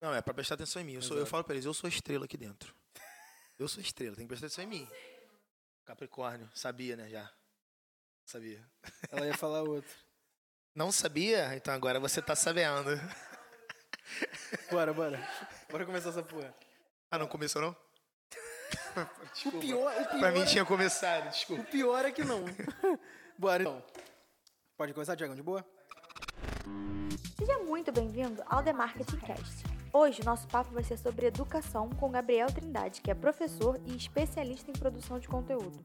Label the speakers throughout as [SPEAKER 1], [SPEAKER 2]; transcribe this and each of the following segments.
[SPEAKER 1] Não, é pra prestar atenção em mim. Eu, sou, eu
[SPEAKER 2] Exato.
[SPEAKER 1] falo pra eles, eu sou estrela aqui dentro. Eu sou estrela, tem que prestar atenção em mim. Capricórnio, sabia, né, já? Sabia.
[SPEAKER 2] Ela ia falar outro.
[SPEAKER 1] Não sabia? Então agora você tá sabendo.
[SPEAKER 2] Bora, bora. Bora começar essa porra.
[SPEAKER 1] Ah, não começou não?
[SPEAKER 2] O pior, o pior,
[SPEAKER 1] Pra mim tinha começado, desculpa.
[SPEAKER 2] o pior é que não. bora então. Pode começar, Diagão, de boa?
[SPEAKER 3] Seja muito bem-vindo ao The Marketing Cast. Hoje, nosso papo vai ser sobre educação com Gabriel Trindade, que é professor e especialista em produção de conteúdo.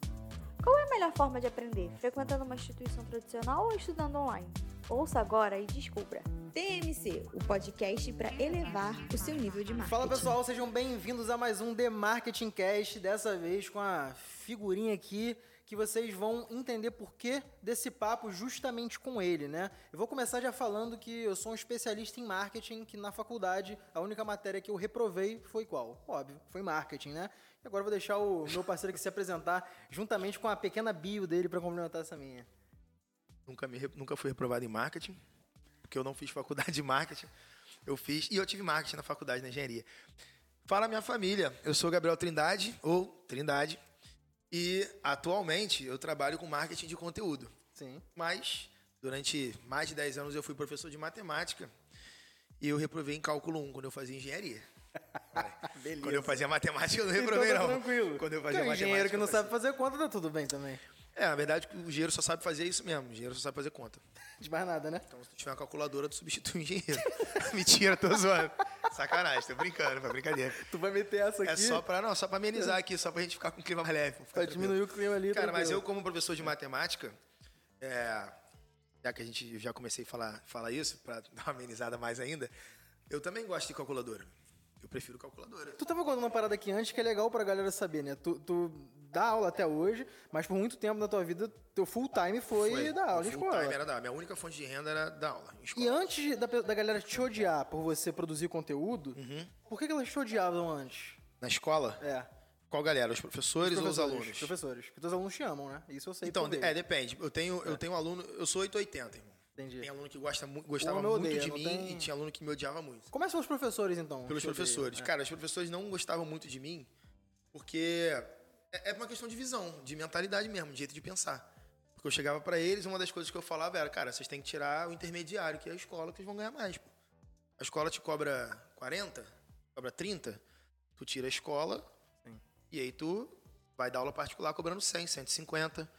[SPEAKER 3] Qual é a melhor forma de aprender? Frequentando uma instituição tradicional ou estudando online? Ouça agora e descubra.
[SPEAKER 4] TMC, o podcast para elevar o seu nível de marketing.
[SPEAKER 2] Fala pessoal, sejam bem-vindos a mais um The Marketing Cast, dessa vez com a figurinha aqui que vocês vão entender por que desse papo justamente com ele, né? Eu vou começar já falando que eu sou um especialista em marketing, que na faculdade a única matéria que eu reprovei foi qual? Óbvio, foi marketing, né? E agora eu vou deixar o meu parceiro aqui se apresentar juntamente com a pequena bio dele para complementar essa minha.
[SPEAKER 1] Nunca, me, re- nunca fui reprovado em marketing, porque eu não fiz faculdade de marketing. Eu fiz, e eu tive marketing na faculdade, na engenharia. Fala minha família, eu sou Gabriel Trindade, ou Trindade, e atualmente eu trabalho com marketing de conteúdo.
[SPEAKER 2] Sim.
[SPEAKER 1] Mas, durante mais de 10 anos, eu fui professor de matemática e eu reprovei em cálculo 1 quando eu fazia engenharia.
[SPEAKER 2] Beleza.
[SPEAKER 1] Quando eu fazia matemática, eu não
[SPEAKER 2] Então tá
[SPEAKER 1] reprovei, não.
[SPEAKER 2] tranquilo.
[SPEAKER 1] Quando eu fazia
[SPEAKER 2] Porque o
[SPEAKER 1] matemática.
[SPEAKER 2] engenheiro que não
[SPEAKER 1] eu fazia-
[SPEAKER 2] sabe fazer conta, tá tudo bem também.
[SPEAKER 1] É, na verdade, o engenheiro só sabe fazer isso mesmo. O engenheiro só sabe fazer conta.
[SPEAKER 2] De mais nada, né?
[SPEAKER 1] Então, se tu tiver uma calculadora, tu substitui o engenheiro. Mentira, tô zoando. Sacanagem, tô brincando, foi brincadeira.
[SPEAKER 2] Tu vai meter essa aqui.
[SPEAKER 1] É só pra, não, só pra amenizar aqui, só pra gente ficar com um clima mais leve. ficar
[SPEAKER 2] Pra
[SPEAKER 1] tranquilo.
[SPEAKER 2] diminuir o clima ali.
[SPEAKER 1] Cara, mas eu,
[SPEAKER 2] tranquilo.
[SPEAKER 1] como professor de matemática, é, já que a gente eu já comecei a falar, falar isso, pra dar uma amenizada mais ainda, eu também gosto de calculadora. Eu prefiro calculadora.
[SPEAKER 2] Tu tava contando uma parada aqui antes que é legal pra galera saber, né? Tu, tu dá aula até hoje, mas por muito tempo na tua vida, teu full time foi, dar aula em
[SPEAKER 1] full
[SPEAKER 2] escola.
[SPEAKER 1] time era dar aula. Minha única fonte de renda era dar aula em escola.
[SPEAKER 2] E antes da, pe- da galera te odiar por você produzir conteúdo,
[SPEAKER 1] Uhum.
[SPEAKER 2] por que, que elas te odiavam antes?
[SPEAKER 1] Na escola?
[SPEAKER 2] É.
[SPEAKER 1] Qual galera? Os professores, ou os alunos?
[SPEAKER 2] Professores. Porque teus alunos te amam, né? Isso eu sei.
[SPEAKER 1] Então,
[SPEAKER 2] por
[SPEAKER 1] de-
[SPEAKER 2] ver.
[SPEAKER 1] é, depende. Eu tenho, eu tenho aluno, eu sou 880, irmão.
[SPEAKER 2] Entendi.
[SPEAKER 1] Tem um aluno que gosta, mu- gostava
[SPEAKER 2] homem
[SPEAKER 1] muito
[SPEAKER 2] odeia,
[SPEAKER 1] de
[SPEAKER 2] não
[SPEAKER 1] mim
[SPEAKER 2] tem-
[SPEAKER 1] e tinha aluno que me odiava muito.
[SPEAKER 2] Começa pelos professores, então.
[SPEAKER 1] Pelos
[SPEAKER 2] que eu odeio.
[SPEAKER 1] professores.
[SPEAKER 2] É.
[SPEAKER 1] Cara, os professores não gostavam muito de mim porque é é uma questão de visão, de mentalidade mesmo, de jeito de pensar. Porque eu chegava pra eles, uma das coisas que eu falava era, cara, vocês têm que tirar o intermediário, que é a escola, que vocês vão ganhar mais. pô. A escola te cobra 40, cobra 30, tu tira a escola e aí tu vai dar aula particular cobrando 100, 150.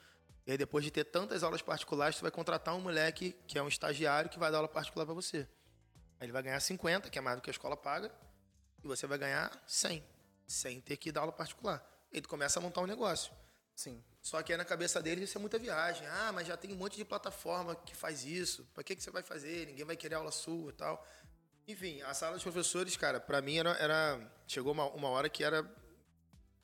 [SPEAKER 1] E aí depois de ter tantas aulas particulares, tu vai contratar um moleque que é um estagiário que vai dar aula particular pra você. Aí ele vai ganhar 50, que é mais do que a escola paga, e você vai ganhar 100, sem ter que dar aula particular. E aí tu começa a montar um negócio.
[SPEAKER 2] Sim.
[SPEAKER 1] Só que aí na cabeça deles isso é muita viagem. Ah, mas já tem um monte de plataforma que faz isso. Pra que, que você vai fazer? Ninguém vai querer aula sua e tal. Enfim, a sala dos professores, cara, pra mim era. era- chegou uma, uma hora que era.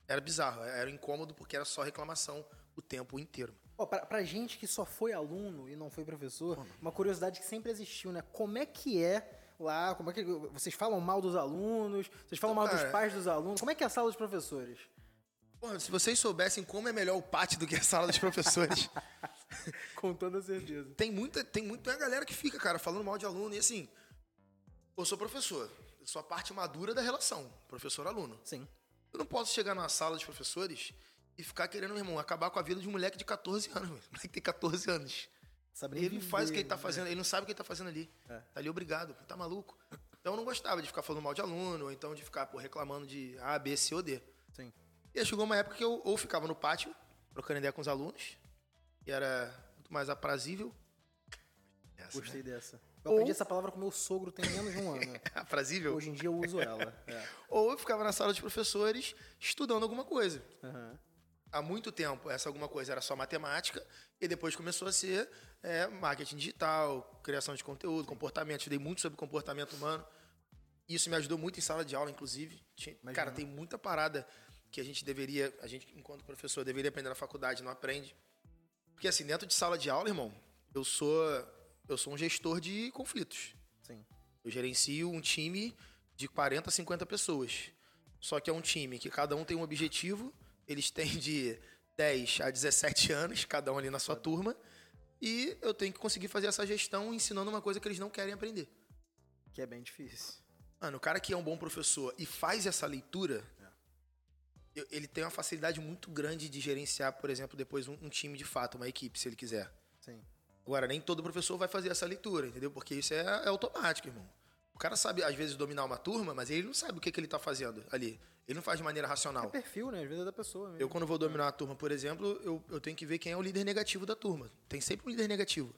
[SPEAKER 1] Era bizarro, era incômodo porque era só reclamação o tempo inteiro.
[SPEAKER 2] Ó, pra, pra gente que só foi aluno e não foi professor, uma curiosidade que sempre existiu, né? Como é que é lá? Como é que vocês falam mal dos alunos? Vocês falam mal dos
[SPEAKER 1] Então, Cara,
[SPEAKER 2] pais dos alunos? Como é que é a sala dos professores?
[SPEAKER 1] Porra, se vocês soubessem como é melhor o pátio do que a sala dos professores.
[SPEAKER 2] Com toda certeza.
[SPEAKER 1] tem muita, tem muita galera que fica, cara, falando mal de aluno. E assim, eu sou professor. Eu sou a parte madura da relação, professor-aluno.
[SPEAKER 2] Sim.
[SPEAKER 1] Eu não posso chegar numa sala de professores e ficar querendo, meu irmão, acabar com a vida de um moleque de 14 anos. velho. O moleque tem 14 anos.
[SPEAKER 2] Sabe nem
[SPEAKER 1] Ele não faz o que ele tá
[SPEAKER 2] viver, né?
[SPEAKER 1] fazendo, ele não sabe o que ele tá fazendo ali.
[SPEAKER 2] É.
[SPEAKER 1] Tá ali obrigado, pô, tá maluco. Então eu não gostava de ficar falando mal de aluno, ou então de ficar pô, reclamando de A, B, C ou D.
[SPEAKER 2] Sim.
[SPEAKER 1] E aí chegou uma época que eu ou ficava no pátio, trocando ideia com os alunos, e era muito mais aprazível. Essa, né?
[SPEAKER 2] Gostei dessa. Eu aprendi essa palavra com meu sogro tem menos de um ano.
[SPEAKER 1] né? Aprazível?
[SPEAKER 2] Hoje em dia eu uso ela. É.
[SPEAKER 1] Ou eu ficava na sala dos professores estudando alguma coisa.
[SPEAKER 2] Aham.
[SPEAKER 1] Há muito tempo, essa alguma coisa era só matemática, e depois começou a ser é, marketing digital, criação de conteúdo, comportamento. Estudei muito sobre comportamento humano. Isso me ajudou muito em sala de aula, inclusive. Tinha- cara, tem muita parada que a gente deveria, a gente, enquanto professor, deveria aprender na faculdade, não aprende. Porque assim, dentro de sala de aula, irmão, eu sou, eu sou um gestor de conflitos.
[SPEAKER 2] Sim.
[SPEAKER 1] Eu gerencio um time de 40, 50 pessoas. Só que é um time que cada um tem um objetivo, eles têm de 10 a 17 anos, cada um ali na sua turma, e eu tenho que conseguir fazer essa gestão ensinando uma coisa que eles não querem aprender.
[SPEAKER 2] Que é bem difícil.
[SPEAKER 1] Mano, o cara que é um bom professor e faz essa leitura, eu- ele tem uma facilidade muito grande de gerenciar, por exemplo, depois um, um time de fato, uma equipe, se ele quiser.
[SPEAKER 2] Sim.
[SPEAKER 1] Agora, nem todo professor vai fazer essa leitura, entendeu? Porque isso é, é automático, irmão. O cara sabe, às vezes, dominar uma turma, mas ele não sabe o que, que ele tá fazendo ali. Ele não faz de maneira racional.
[SPEAKER 2] Perfil, né? Às vezes é da pessoa mesmo.
[SPEAKER 1] Eu, quando vou dominar a turma, por exemplo, eu, eu tenho que ver quem é o líder negativo da turma. Tem sempre um líder negativo.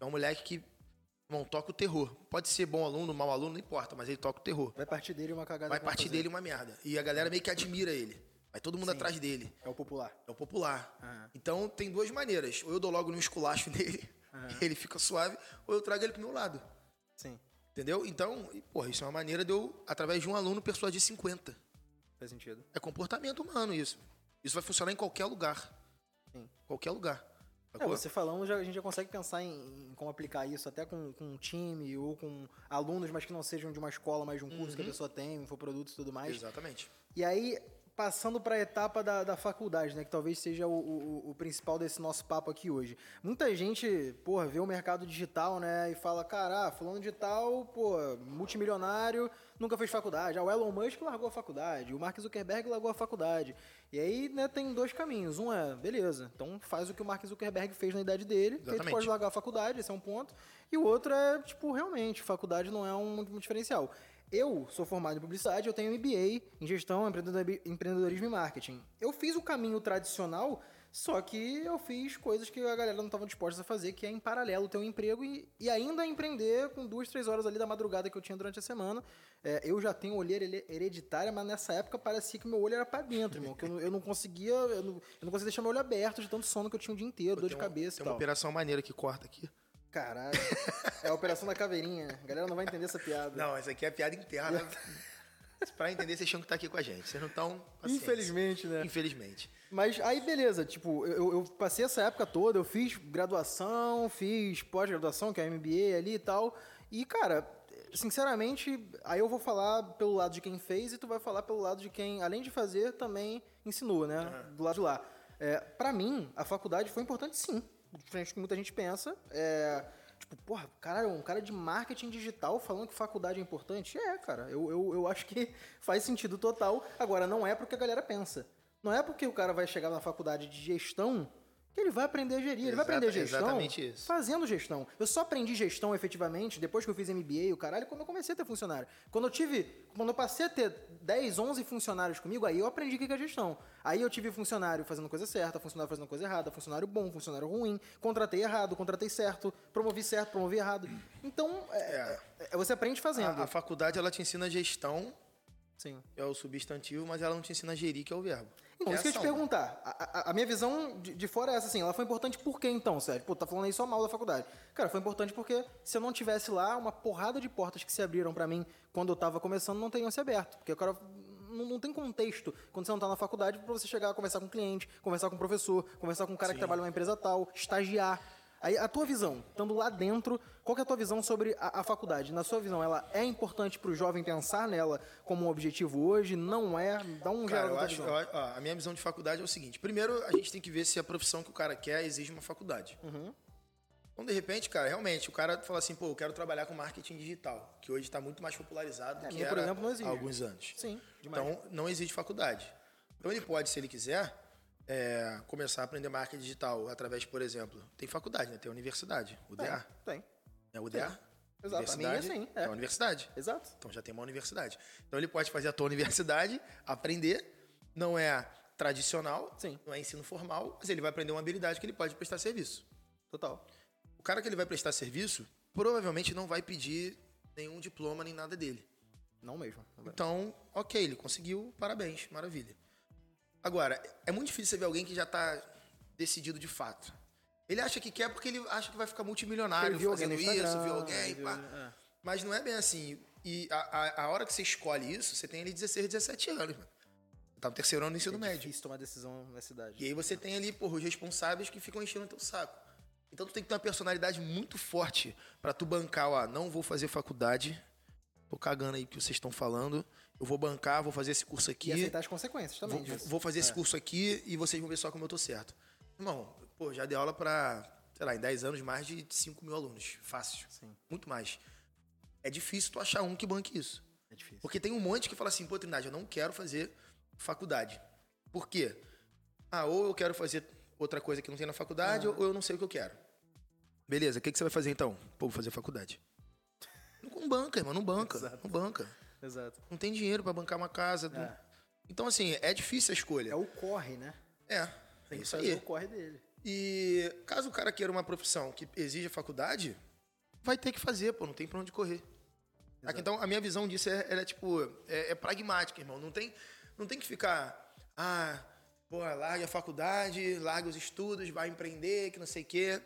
[SPEAKER 1] É um moleque que, irmão, toca o terror. Pode ser bom aluno, mau aluno, não importa, mas ele toca o terror.
[SPEAKER 2] um Vai partir dele uma cagada.
[SPEAKER 1] Vai
[SPEAKER 2] que vão
[SPEAKER 1] partir
[SPEAKER 2] fazer.
[SPEAKER 1] dele uma merda. E a galera meio que admira ele. Vai todo mundo
[SPEAKER 2] Sim.
[SPEAKER 1] atrás dele.
[SPEAKER 2] É o popular.
[SPEAKER 1] É o popular.
[SPEAKER 2] Aham.
[SPEAKER 1] Então tem duas maneiras. Ou eu dou logo no esculacho nele, e ele fica suave, ou eu trago ele pro meu lado.
[SPEAKER 2] Sim.
[SPEAKER 1] Entendeu? Então, e, porra, isso é uma maneira de eu, através de um aluno, persuadir 50.
[SPEAKER 2] Faz sentido.
[SPEAKER 1] É comportamento humano isso. Isso vai funcionar em qualquer lugar.
[SPEAKER 2] Sim.
[SPEAKER 1] Qualquer lugar.
[SPEAKER 2] É,
[SPEAKER 1] Sacou?
[SPEAKER 2] você falando, já- a gente já consegue pensar em, em como aplicar isso até com, com um time ou com alunos, mas que não sejam de uma escola, mas de um curso que a pessoa tem, infoprodutos e tudo mais.
[SPEAKER 1] Exatamente.
[SPEAKER 2] E aí, passando para a etapa da, da faculdade, né? Que talvez seja o, o- o principal desse nosso papo aqui hoje. Muita gente, porra, vê o mercado digital, né? E fala, cara, ah, fulano de tal, pô, multimilionário, nunca fez faculdade. Ah, o Elon Musk largou a faculdade, o Mark Zuckerberg largou a faculdade. E aí, né, tem dois caminhos. Um é, beleza, então faz o que o Mark Zuckerberg fez na idade dele, que aí tu
[SPEAKER 1] Exatamente.
[SPEAKER 2] pode largar a faculdade, esse é um ponto. E o outro é, tipo, realmente, faculdade não é um, um diferencial. Eu sou formado em publicidade, eu tenho MBA em gestão, empreendedori- empreendedorismo e marketing. Eu fiz o caminho tradicional, só que eu fiz coisas que a galera não estava disposta a fazer, que é em paralelo ter um emprego e, e ainda empreender com duas, três horas ali da madrugada que eu tinha durante a semana. É, eu já tenho olheira hele- hereditária, mas nessa época parecia que meu olho era pra dentro, irmão. Que eu, não- eu não conseguia, eu não, eu não conseguia deixar meu olho aberto de tanto sono que eu tinha o dia inteiro,
[SPEAKER 1] Pô,
[SPEAKER 2] dor
[SPEAKER 1] tem
[SPEAKER 2] de
[SPEAKER 1] um-
[SPEAKER 2] cabeça
[SPEAKER 1] Tem
[SPEAKER 2] e
[SPEAKER 1] uma
[SPEAKER 2] tal.
[SPEAKER 1] operação maneira que corta aqui.
[SPEAKER 2] Caralho. É a operação da caveirinha. né? A galera não vai entender essa piada.
[SPEAKER 1] Não, essa aqui é piada interna. pra entender, vocês tinham que estar aqui com a gente. Vocês não estão.
[SPEAKER 2] Infelizmente, né?
[SPEAKER 1] Infelizmente.
[SPEAKER 2] Mas aí, beleza, tipo, eu, eu passei essa época toda, eu fiz graduação, fiz pós-graduação, que é MBA ali e tal. E, cara, sinceramente, aí eu vou falar pelo lado de quem fez e tu vai falar pelo lado de quem, além de fazer, também ensinou, né? Do lado de lá. É, para mim, a faculdade foi importante sim. Diferente do que muita gente pensa. É, tipo, porra, caralho, um cara de marketing digital falando que faculdade é importante? É, cara, eu, eu, eu acho que faz sentido total. Agora, não é porque a galera pensa. Não é porque o cara vai chegar na faculdade de gestão que ele vai aprender a gerir. Ele vai
[SPEAKER 1] Exata-
[SPEAKER 2] aprender gestão
[SPEAKER 1] exatamente isso.
[SPEAKER 2] fazendo gestão. Eu só aprendi gestão efetivamente depois que eu fiz MBA e o caralho, quando eu comecei a ter funcionário. Quando eu tive. Quando eu passei a ter 10, 11 funcionários comigo, aí eu aprendi o que que é gestão. Aí eu tive funcionário fazendo coisa certa, funcionário fazendo coisa errada, funcionário bom, funcionário ruim, contratei errado, contratei certo, promovi certo, promovi errado. Então, é- é- você aprende fazendo.
[SPEAKER 1] A, a faculdade, ela te ensina gestão,
[SPEAKER 2] Sim.
[SPEAKER 1] que é o substantivo, mas ela não te ensina gerir, que é o verbo.
[SPEAKER 2] Então,
[SPEAKER 1] É
[SPEAKER 2] isso que eu ia te
[SPEAKER 1] ação.
[SPEAKER 2] perguntar. A, a- a minha visão de, de fora é essa, assim. Ela foi importante por quê, então, Sérgio? Pô, tá falando aí só mal da faculdade. Cara, foi importante porque se eu não tivesse lá, uma porrada de portas que se abriram pra mim quando eu tava começando não teriam se aberto. Porque o cara não, não tem contexto quando você não tá na faculdade pra você chegar a conversar com o cliente, conversar com o professor, conversar com um cara que trabalha numa empresa tal, estagiar. Aí, a tua visão, estando lá dentro, qual que é a tua visão sobre a, a faculdade? Na sua visão, ela é importante pro jovem pensar nela como um objetivo hoje? Não é? Dá um
[SPEAKER 1] Cara,
[SPEAKER 2] geral da
[SPEAKER 1] eu
[SPEAKER 2] tua
[SPEAKER 1] acho,
[SPEAKER 2] visão.
[SPEAKER 1] eu acho- ó, a minha visão de faculdade é o seguinte: primeiro, a gente tem que ver se a profissão que o cara quer exige uma faculdade.
[SPEAKER 2] Uhum.
[SPEAKER 1] Então, de repente, cara, realmente, o cara fala assim, pô, eu quero trabalhar com marketing digital, que hoje está muito mais popularizado do
[SPEAKER 2] É,
[SPEAKER 1] que
[SPEAKER 2] minha,
[SPEAKER 1] era
[SPEAKER 2] por exemplo, não exige.
[SPEAKER 1] há alguns anos.
[SPEAKER 2] Sim, demais.
[SPEAKER 1] Então, não exige faculdade. Então, ele pode, se ele quiser, é, começar a aprender marketing digital através, por exemplo, tem faculdade, né? Tem a universidade, UDA.
[SPEAKER 2] Tem.
[SPEAKER 1] É UDA?
[SPEAKER 2] Exato, pra mim é
[SPEAKER 1] Universidade,
[SPEAKER 2] assim, é.
[SPEAKER 1] a universidade.
[SPEAKER 2] Exato.
[SPEAKER 1] Então já tem uma universidade. Então ele pode fazer a tua universidade, aprender, não é tradicional,
[SPEAKER 2] Sim.
[SPEAKER 1] não é ensino formal, mas ele vai aprender uma habilidade que ele pode prestar serviço.
[SPEAKER 2] Total.
[SPEAKER 1] O cara que ele vai prestar serviço provavelmente não vai pedir nenhum diploma nem nada dele.
[SPEAKER 2] Não mesmo.
[SPEAKER 1] Então, ok, ele conseguiu, parabéns, maravilha. Agora, é muito difícil você ver alguém que já tá decidido de fato. Ele acha que quer porque ele acha que vai ficar multimilionário
[SPEAKER 2] Ele viu alguém
[SPEAKER 1] fazendo
[SPEAKER 2] no
[SPEAKER 1] isso,
[SPEAKER 2] Instagram,
[SPEAKER 1] viu alguém,
[SPEAKER 2] viu-
[SPEAKER 1] pá.
[SPEAKER 2] é.
[SPEAKER 1] Mas não é bem assim. E a, a- a hora que você escolhe isso, você tem ali 16, 17 anos, mano. Você tá no terceiro ano do ensino
[SPEAKER 2] É
[SPEAKER 1] médio.
[SPEAKER 2] difícil tomar decisão nessa idade.
[SPEAKER 1] E aí você tem ali, porra, os responsáveis que ficam enchendo o teu saco. Então tu tem que ter uma personalidade muito forte pra tu bancar, ó, não vou fazer faculdade, tô cagando aí o que vocês estão falando, eu vou bancar, vou fazer esse curso aqui,
[SPEAKER 2] E aceitar as consequências também.
[SPEAKER 1] vou,
[SPEAKER 2] disso.
[SPEAKER 1] vou fazer esse
[SPEAKER 2] É.
[SPEAKER 1] curso aqui e vocês vão ver só como eu tô certo. Irmão, pô, já dei aula pra, sei lá, em 10 anos, mais de 5 mil alunos, fácil,
[SPEAKER 2] Sim.
[SPEAKER 1] muito mais. É difícil tu achar um que banque isso.
[SPEAKER 2] É difícil.
[SPEAKER 1] Porque tem um monte que fala assim, pô, Trindade, eu não quero fazer faculdade. Por quê? Ah, ou eu quero fazer outra coisa que não tem na faculdade, ou eu não sei o que eu quero. Beleza, o que, que você vai fazer então? Pô, vou fazer faculdade. Não banca, irmão, não banca.
[SPEAKER 2] Exato.
[SPEAKER 1] Não banca.
[SPEAKER 2] Exato.
[SPEAKER 1] Não tem dinheiro pra bancar uma casa. não-
[SPEAKER 2] É.
[SPEAKER 1] Então, assim, é difícil a
[SPEAKER 2] É
[SPEAKER 1] escolha.
[SPEAKER 2] o corre, né?
[SPEAKER 1] É, é
[SPEAKER 2] Tem que
[SPEAKER 1] isso
[SPEAKER 2] fazer
[SPEAKER 1] aí.
[SPEAKER 2] o corre dele.
[SPEAKER 1] E caso o cara queira uma profissão que exija faculdade, vai ter que fazer, pô, não tem pra onde correr. Saca? Então, a minha visão disso é, ela é tipo, é, é pragmática, irmão. Não tem, não tem que ficar, ah, pô, larga a faculdade, larga os estudos, vai empreender, que não sei o quê.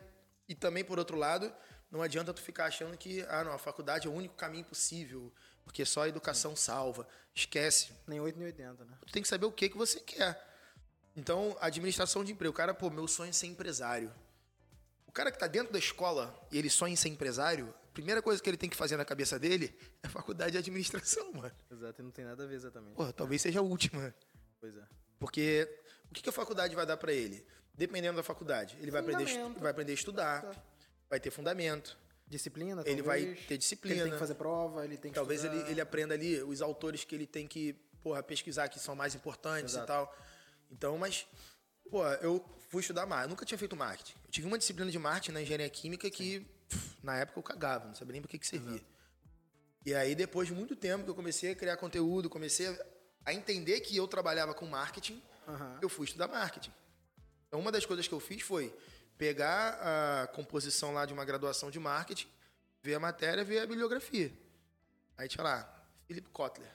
[SPEAKER 1] E também, por outro lado, não adianta tu ficar achando que, ah, não, a faculdade é o único caminho possível, porque só a educação salva. Esquece.
[SPEAKER 2] Nem 8, nem 80, né?
[SPEAKER 1] Tu tem que saber o que, que você quer. Então, administração de emprego. O cara, pô, meu sonho é ser empresário. O cara que tá dentro da escola e ele sonha em ser empresário, a primeira coisa que ele tem que fazer na cabeça dele é a faculdade de administração, mano.
[SPEAKER 2] Exato, e não tem nada a ver exatamente.
[SPEAKER 1] Porra, talvez seja a última.
[SPEAKER 2] Pois é.
[SPEAKER 1] Porque o que, que a faculdade vai dar pra ele? Dependendo da faculdade, ele vai aprender, a estu-
[SPEAKER 2] Fundamento.
[SPEAKER 1] vai aprender a estudar, vai ter fundamento,
[SPEAKER 2] Disciplina,
[SPEAKER 1] ele
[SPEAKER 2] talvez,
[SPEAKER 1] vai ter
[SPEAKER 2] que Ele tem que
[SPEAKER 1] disciplina.
[SPEAKER 2] fazer prova, ele tem que
[SPEAKER 1] Talvez ele,
[SPEAKER 2] estudar.
[SPEAKER 1] ele aprenda ali os autores que ele tem que, porra, pesquisar que são mais importantes
[SPEAKER 2] Exato.
[SPEAKER 1] e tal. Então, mas, pô, eu fui estudar marketing. Eu nunca tinha feito marketing. Eu tive uma disciplina de marketing na engenharia química que, pff, na época, eu cagava, não sabia nem pra que, que servia. E aí, depois de muito tempo que eu comecei a criar conteúdo, comecei a- a entender que eu trabalhava com marketing,
[SPEAKER 2] Aham.
[SPEAKER 1] eu fui estudar marketing. Então, uma das coisas que eu fiz foi pegar a composição lá de uma graduação de marketing, ver a matéria, ver a bibliografia. Aí tinha lá, Philip Kotler.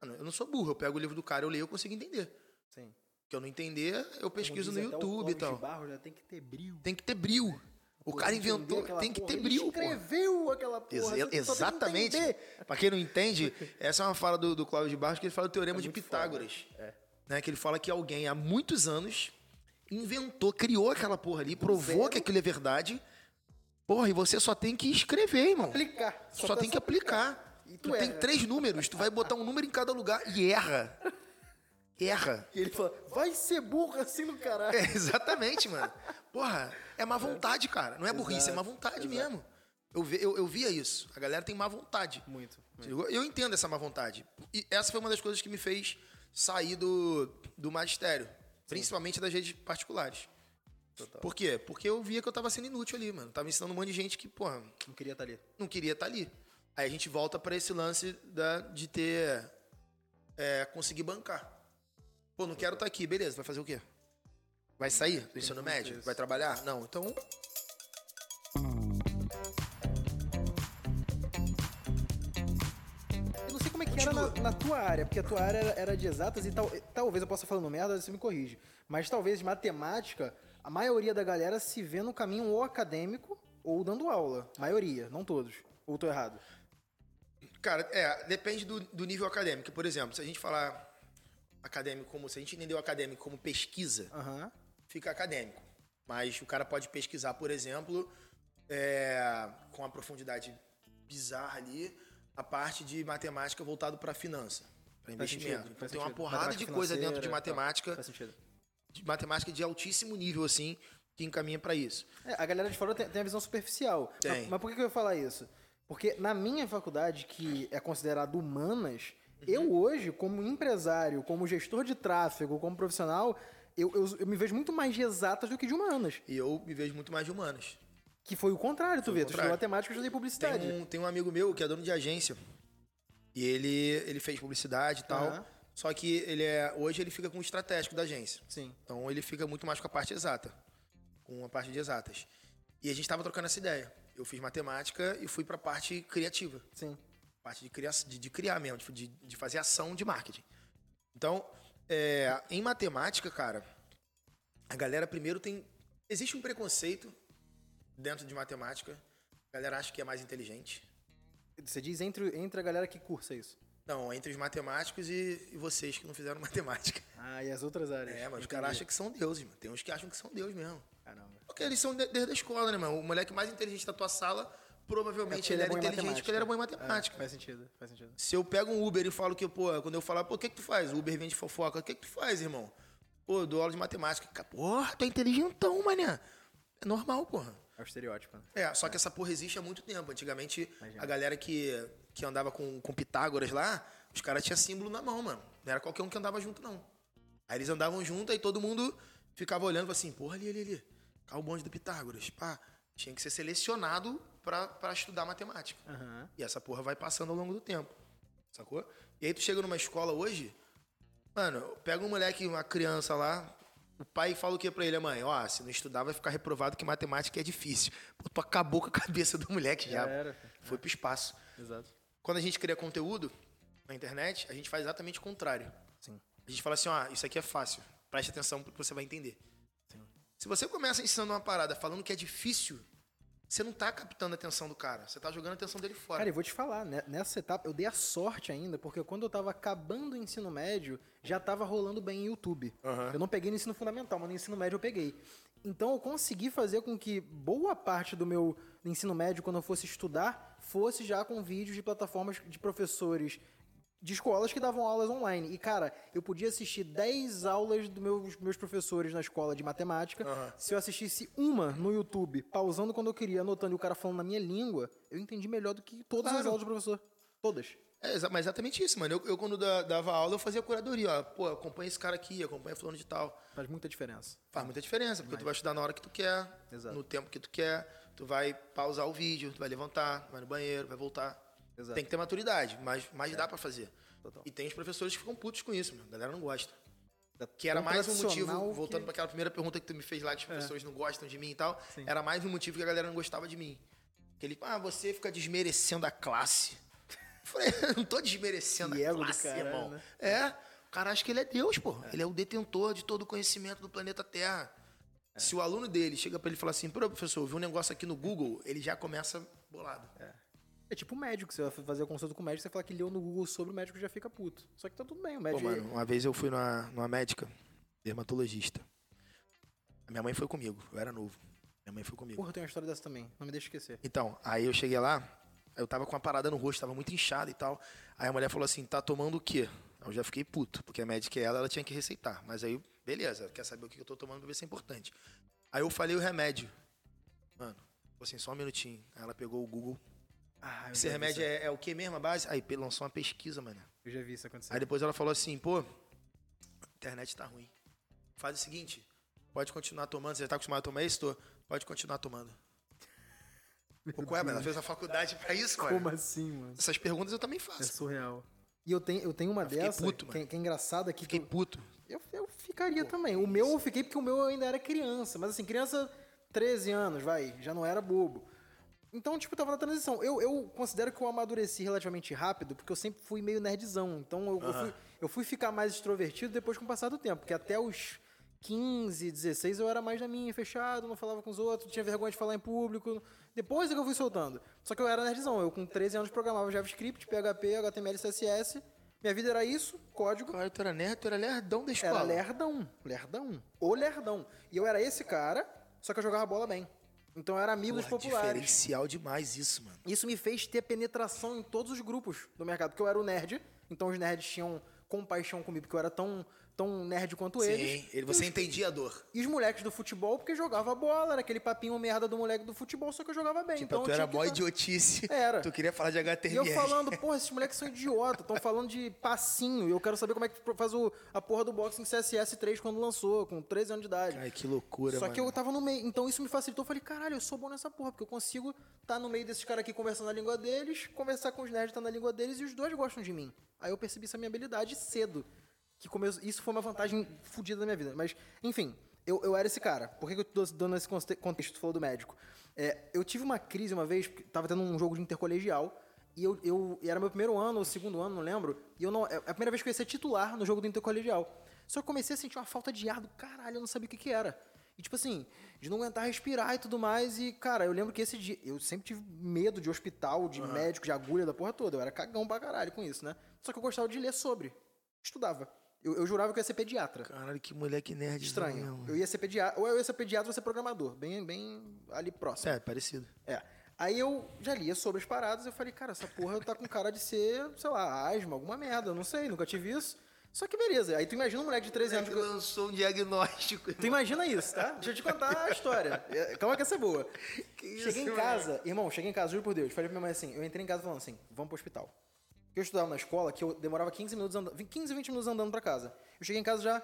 [SPEAKER 1] Mano, eu não sou burro, eu pego o livro do cara, eu leio, eu consigo entender. O
[SPEAKER 2] Sim.
[SPEAKER 1] que eu não entender, eu
[SPEAKER 2] Como
[SPEAKER 1] pesquiso no
[SPEAKER 2] diz até o
[SPEAKER 1] YouTube e
[SPEAKER 2] Clóvis de
[SPEAKER 1] tal.
[SPEAKER 2] Barro já tem que ter brilho.
[SPEAKER 1] Tem que ter bril. O cara
[SPEAKER 2] Entender
[SPEAKER 1] inventou,
[SPEAKER 2] aquela
[SPEAKER 1] tem que
[SPEAKER 2] porra.
[SPEAKER 1] ter
[SPEAKER 2] Ele
[SPEAKER 1] bril, pô.
[SPEAKER 2] escreveu aquela
[SPEAKER 1] Ex-
[SPEAKER 2] porra. você só tem que
[SPEAKER 1] exatamente.
[SPEAKER 2] entender.
[SPEAKER 1] Pra quem não entende, essa é uma fala do, do Cláudio de Barros que ele fala do
[SPEAKER 2] É
[SPEAKER 1] Teorema de Pitágoras. Né? Que ele fala que alguém há muitos anos inventou, criou aquela porra ali, provou
[SPEAKER 2] zero.
[SPEAKER 1] que aquilo é verdade. Porra, e você só tem que escrever, irmão.
[SPEAKER 2] Aplicar.
[SPEAKER 1] Só, tem que aplicar.
[SPEAKER 2] E tu
[SPEAKER 1] tu tem
[SPEAKER 2] erra.
[SPEAKER 1] três números, tu vai botar um número em cada lugar e erra. Erra.
[SPEAKER 2] E ele fala, vai ser burro assim no caralho.
[SPEAKER 1] É, exatamente, mano. Porra, é má vontade, cara. Não é burrice, é má vontade mesmo. Eu, ve- eu, eu via isso. A galera tem má vontade.
[SPEAKER 2] Muito.
[SPEAKER 1] Você ligou? É. Eu entendo essa má vontade. E essa foi uma das coisas que me fez sair do, do magistério. Principalmente das redes particulares.
[SPEAKER 2] Total.
[SPEAKER 1] Por quê? Porque eu via que eu tava sendo inútil ali, mano. Tava ensinando um monte de gente que, porra,
[SPEAKER 2] Não queria estar ali.
[SPEAKER 1] não queria estar ali. Aí a gente volta pra esse lance da, de ter. É, conseguir bancar. Pô, não quero estar aqui, beleza, vai fazer o quê? Vai sair do ensino
[SPEAKER 2] muito
[SPEAKER 1] médio?
[SPEAKER 2] isso.
[SPEAKER 1] Vai trabalhar? Não, então.
[SPEAKER 2] Eu não sei como é que era na, na tua área, porque a tua área era, era de exatas e tal, talvez eu possa estar falando merda, você me corrige. Mas talvez de matemática, a maioria da galera se vê no caminho ou acadêmico ou dando aula. Maioria, não todos. Ou tô errado.
[SPEAKER 1] Cara, é, depende do, do nível acadêmico. Por exemplo, se a gente falar acadêmico como. Se a gente entender o acadêmico como pesquisa,
[SPEAKER 2] Aham.
[SPEAKER 1] fica acadêmico. Mas o cara pode pesquisar, por exemplo, é, com uma profundidade bizarra ali, a parte de matemática voltado para finança, para
[SPEAKER 2] Faz
[SPEAKER 1] investimento.
[SPEAKER 2] sentido,
[SPEAKER 1] então
[SPEAKER 2] faz
[SPEAKER 1] tem uma
[SPEAKER 2] sentido.
[SPEAKER 1] porrada de
[SPEAKER 2] Matemática
[SPEAKER 1] coisa dentro de
[SPEAKER 2] financeira,
[SPEAKER 1] matemática,
[SPEAKER 2] tá, Faz sentido.
[SPEAKER 1] de matemática de altíssimo nível assim, que encaminha para isso.
[SPEAKER 2] É, a galera de fora tem, tem a visão superficial.
[SPEAKER 1] Tem.
[SPEAKER 2] Mas, mas por que que eu ia falar isso? Porque na minha faculdade, que é considerada humanas,
[SPEAKER 1] Uhum.
[SPEAKER 2] eu hoje, como empresário, como gestor de tráfego, como profissional, eu, eu- eu me vejo muito mais de exatas do que de humanas.
[SPEAKER 1] E eu me vejo muito mais de humanas.
[SPEAKER 2] Que foi o contrário, tu vê. Tu estudou
[SPEAKER 1] contrário.
[SPEAKER 2] matemática, eu estudei publicidade.
[SPEAKER 1] Tem um, tem um amigo meu que é dono de agência. E ele, ele fez publicidade e tal.
[SPEAKER 2] Aham.
[SPEAKER 1] Só que ele é. Hoje ele fica com o estratégico da agência.
[SPEAKER 2] Sim.
[SPEAKER 1] Então ele fica muito mais com a parte exata. Com a parte de exatas. E a gente tava trocando essa ideia. Eu fiz matemática e fui pra parte criativa.
[SPEAKER 2] Sim.
[SPEAKER 1] Parte de criar, de, de criar mesmo, tipo, de, de- de fazer ação de marketing. Então, é, em matemática, cara, a galera primeiro tem. Existe um preconceito dentro de matemática. A galera acha que é mais inteligente.
[SPEAKER 2] Você diz entre, entre a galera que cursa isso.
[SPEAKER 1] Não, entre os matemáticos e, e vocês que não fizeram matemática.
[SPEAKER 2] Ah, e as outras áreas.
[SPEAKER 1] É, mas os
[SPEAKER 2] Entendi.
[SPEAKER 1] caras acham que são deuses, mano. Tem uns que acham que são deuses mesmo.
[SPEAKER 2] Caramba.
[SPEAKER 1] Porque eles são de- desde a escola, né, mano? O moleque mais inteligente da tua sala, provavelmente ele, era
[SPEAKER 2] é bom em
[SPEAKER 1] inteligente porque ele era bom em matemática.
[SPEAKER 2] É, faz sentido, faz sentido.
[SPEAKER 1] Se eu pego um Uber e falo que, pô, quando eu falar, pô, o que que tu faz? O Uber vende fofoca. O que que tu faz, irmão? Pô, eu dou aula de matemática. Ca- Porra, tu é inteligentão, mané. É normal, porra.
[SPEAKER 2] É o estereótipo, né?
[SPEAKER 1] É, só que essa porra existe há muito tempo. Antigamente,
[SPEAKER 2] Imagina.
[SPEAKER 1] a galera que, que andava com, com Pitágoras lá, os caras tinham símbolo na mão, mano. Não era qualquer um que andava junto, não. Aí eles andavam junto, aí todo mundo ficava olhando falava assim, porra, ali, ali, ali. Cá o bonde do Pitágoras. Pá, tinha que ser selecionado pra, pra estudar matemática.
[SPEAKER 2] Aham.
[SPEAKER 1] E essa porra vai passando ao longo do tempo. Sacou? E aí tu chega numa escola hoje, mano, pega um moleque, uma criança lá, o pai fala o que pra ele? A mãe, ó, se não estudar vai ficar reprovado que matemática é difícil. Pô, tu acabou com a cabeça do moleque já.
[SPEAKER 2] Já era.
[SPEAKER 1] Foi pro espaço.
[SPEAKER 2] Exato.
[SPEAKER 1] Quando a gente cria conteúdo na internet, a gente faz exatamente o contrário.
[SPEAKER 2] Sim.
[SPEAKER 1] A gente fala assim, ó, isso aqui é fácil. Preste atenção porque você vai entender.
[SPEAKER 2] Sim.
[SPEAKER 1] Se você começa ensinando uma parada falando que é difícil, você não tá captando a atenção do cara. Você tá jogando a atenção dele fora.
[SPEAKER 2] Cara, eu vou te falar, né, nessa etapa eu dei a sorte ainda, porque quando eu tava acabando o ensino médio, já tava rolando bem em YouTube.
[SPEAKER 1] Aham.
[SPEAKER 2] Eu não peguei no ensino fundamental, mas no ensino médio eu peguei. Então eu consegui fazer com que boa parte do meu ensino médio, quando eu fosse estudar, fosse já com vídeos de plataformas de professores de escolas que davam aulas online. E, cara, eu podia assistir 10 aulas dos meus, meus professores na escola de matemática.
[SPEAKER 1] Aham.
[SPEAKER 2] Se eu assistisse uma no YouTube, pausando quando eu queria, anotando e o cara falando na minha língua, eu entendi melhor do que todas as
[SPEAKER 1] Claro.
[SPEAKER 2] aulas do professor. Todas.
[SPEAKER 1] É, exa- mas exatamente isso, mano. Eu, eu quando da- dava aula, eu fazia curadoria. Ó, pô, acompanha esse cara aqui, acompanha fulano de tal.
[SPEAKER 2] Faz muita diferença.
[SPEAKER 1] Faz muita diferença, porque tu vai estudar na hora que tu quer,
[SPEAKER 2] Exato.
[SPEAKER 1] no tempo que tu quer. Tu vai pausar o vídeo, tu vai levantar, vai no banheiro, vai voltar.
[SPEAKER 2] Exato. É.
[SPEAKER 1] Tem que ter maturidade, mas, mas dá pra fazer.
[SPEAKER 2] Total.
[SPEAKER 1] E tem os professores que ficam putos com isso, mano. A galera não gosta.
[SPEAKER 2] Tá
[SPEAKER 1] Que era
[SPEAKER 2] tão
[SPEAKER 1] mais um
[SPEAKER 2] tradicional
[SPEAKER 1] motivo,
[SPEAKER 2] que- É.
[SPEAKER 1] voltando pra aquela primeira pergunta que tu me fez lá, que as pessoas não gostam de mim e tal, era mais um motivo que a galera não gostava de mim. Que ele, ah, você fica desmerecendo a classe. Eu falei, eu não tô desmerecendo
[SPEAKER 2] Que
[SPEAKER 1] a
[SPEAKER 2] ego do
[SPEAKER 1] classe,
[SPEAKER 2] caralho,
[SPEAKER 1] irmão.
[SPEAKER 2] né?
[SPEAKER 1] É, o cara acha que ele é Deus, pô. Ele é o detentor de todo o conhecimento do planeta Terra. Se o aluno dele chega pra ele e falar assim, pô, professor, eu vi um negócio aqui no Google, ele já começa bolado.
[SPEAKER 2] É tipo o médico, você vai fazer a consulta com o médico, você fala que leu no Google sobre o médico já fica puto. Só que tá tudo bem, o
[SPEAKER 1] Pô,
[SPEAKER 2] médico.
[SPEAKER 1] mano, uma vez eu fui numa, numa médica, dermatologista. A minha mãe foi comigo, eu era novo. Minha mãe foi comigo.
[SPEAKER 2] Porra, tem uma história dessa também. Não me deixa esquecer.
[SPEAKER 1] Então, aí eu cheguei lá, eu tava com uma parada no rosto, tava muito inchada e tal. Aí a mulher falou assim: tá tomando o quê? Eu já fiquei puto, porque a médica é ela, ela tinha que receitar. Mas aí, beleza, ela quer saber o que eu tô tomando pra ver se é importante. Aí eu falei o remédio. Mano, falou assim, só um minutinho. Aí ela pegou o Google.
[SPEAKER 2] Ah, eu
[SPEAKER 1] Esse remédio é, é o que mesmo, a base? Aí pe- lançou uma pesquisa, mano.
[SPEAKER 2] é, Eu já vi isso acontecer.
[SPEAKER 1] Aí depois ela falou assim, pô, a internet tá ruim. Faz o seguinte, pode continuar tomando, você já tá acostumado a tomar isso? Tô. Pode continuar tomando. Pô, qual é, mano? Ela fez a faculdade pra isso, cara.
[SPEAKER 2] Como assim, mano?
[SPEAKER 1] Essas perguntas eu também
[SPEAKER 2] É
[SPEAKER 1] faço.
[SPEAKER 2] surreal. E eu tenho, eu tenho uma
[SPEAKER 1] fiquei
[SPEAKER 2] dessa
[SPEAKER 1] puto,
[SPEAKER 2] que,
[SPEAKER 1] mano.
[SPEAKER 2] que é engraçada que
[SPEAKER 1] Fiquei
[SPEAKER 2] tu-
[SPEAKER 1] puto.
[SPEAKER 2] eu, eu ficaria também. O meu eu fiquei porque o meu eu ainda era criança. Mas assim, criança, 13 anos, vai, já não era bobo. Então, tipo, eu tava na transição. Eu, eu considero que eu amadureci relativamente rápido, porque eu sempre fui meio nerdzão. Então, eu, eu, fui, eu fui ficar mais extrovertido depois com o passar do tempo. Porque até os 15, 16, eu era mais na minha, fechado, não falava com os outros, tinha vergonha de falar em público. Depois é que eu fui soltando. Só que eu era nerdzão. Eu, com 13 anos, programava JavaScript, PHP, HTML, CSS. Minha vida era isso, código.
[SPEAKER 1] Cara, tu era nerd, tu era lerdão da escola.
[SPEAKER 2] Era lerdão, lerdão, o lerdão. E eu era esse cara, só que eu jogava bola bem. Então eu era amigo dos
[SPEAKER 1] Porra,
[SPEAKER 2] populares.
[SPEAKER 1] diferencial demais isso, mano.
[SPEAKER 2] Isso me fez ter penetração em todos os grupos do mercado, porque eu era o nerd, então os nerds tinham compaixão comigo, porque eu era tão, tão nerd quanto eles.
[SPEAKER 1] Sim, ele, você entendia a dor.
[SPEAKER 2] E os moleques do futebol, porque jogava bola, era aquele papinho merda do moleque do futebol, só que eu jogava bem.
[SPEAKER 1] Tipo,
[SPEAKER 2] então
[SPEAKER 1] tu
[SPEAKER 2] eu
[SPEAKER 1] era
[SPEAKER 2] tinha que
[SPEAKER 1] boy
[SPEAKER 2] tá-
[SPEAKER 1] idiotice.
[SPEAKER 2] Era.
[SPEAKER 1] Tu queria falar de HTML.
[SPEAKER 2] e eu falando, porra, esses moleques são idiota, estão falando de passinho, e eu quero saber como é que faz o, a porra do boxing CSS3 quando lançou, com 13 anos de idade.
[SPEAKER 1] Ai, que loucura,
[SPEAKER 2] Só
[SPEAKER 1] mano.
[SPEAKER 2] que eu tava no meio, então isso me facilitou. Eu falei, caralho, eu sou bom nessa porra, porque eu consigo estar no meio desses caras aqui conversando a língua deles, conversar com os nerds tá na língua deles e os dois gostam de mim. Aí eu percebi essa minha habilidade cedo. Que come... Isso foi uma vantagem fodida da minha vida. Mas, enfim, eu, eu era esse cara. Por que, que eu tô dando esse conte- contexto? Tu falou do médico. É, eu tive uma crise uma vez, porque tava tendo um jogo de intercolegial. E eu, eu- e era meu primeiro ano ou segundo ano, não lembro. E eu não. É a primeira vez que eu ia ser titular no jogo do intercolegial. Só que eu comecei a sentir uma falta de ar do caralho, eu não sabia o que, que era. E tipo assim, de não aguentar respirar e tudo mais. E, cara, eu lembro que esse dia. Eu sempre tive medo de hospital, de médico, de agulha, da porra toda. Eu era cagão pra caralho com isso, né? Só que eu gostava de ler sobre. Estudava. Eu, eu jurava que eu ia ser pediatra.
[SPEAKER 1] Caralho, que moleque nerd.
[SPEAKER 2] Estranho. Eu ia ser pediatra. Ou eu ia ser pediatra ou ia ser programador. Bem, bem ali próximo.
[SPEAKER 1] É, parecido.
[SPEAKER 2] É. Aí eu já lia sobre as paradas, eu falei, cara, essa porra tá com cara de ser, sei lá, asma, alguma merda, eu não sei, nunca tive isso. Só que beleza, aí tu imagina um moleque de 13 anos.
[SPEAKER 1] Ele lançou um diagnóstico.
[SPEAKER 2] Tu imagina isso, tá? Deixa eu te contar a história. É, Calma que essa é boa.
[SPEAKER 1] Que
[SPEAKER 2] cheguei
[SPEAKER 1] isso,
[SPEAKER 2] em casa, irmão, cheguei em casa, juro por Deus. Falei pra minha mãe assim, eu entrei em casa falando assim, vamos pro hospital. Porque eu estudava na escola, que eu demorava 15 minutos andando, 15, 20 minutos andando pra casa. Eu cheguei em casa já,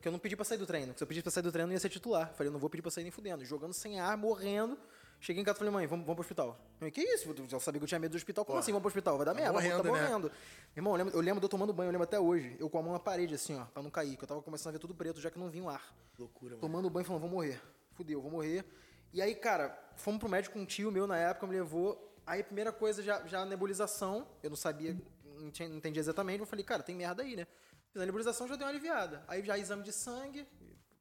[SPEAKER 2] que eu não pedi pra sair do treino. que Se eu pedisse pra sair do treino, eu ia ser titular. Falei, eu não vou pedir pra sair nem fudendo. Jogando sem ar, morrendo. Cheguei em casa e falei, mãe, vamos, vamos pro hospital. Mãe, que isso? Eu já sabia que eu tinha medo do hospital. Como assim, vamos pro hospital? Vai dar merda, vou tá
[SPEAKER 1] morrendo, né?
[SPEAKER 2] morrendo morrendo. Irmão, eu lembro, eu lembro de eu tomando banho, eu lembro até hoje. Eu com a mão na parede, assim, ó, pra não cair, que eu tava começando a ver tudo preto, já que não vinha o ar.
[SPEAKER 1] Loucura, mano.
[SPEAKER 2] Tomando banho, falando, vou morrer. Fudeu, vou morrer. E aí, cara, fomos pro médico, um tio meu na época me levou. Aí, primeira coisa, já, já a nebulização. Eu não sabia, não, tinha- não entendi exatamente. Eu falei, cara, tem merda aí, né? Fiz a nebulização, já deu uma aliviada. Aí já exame de sangue,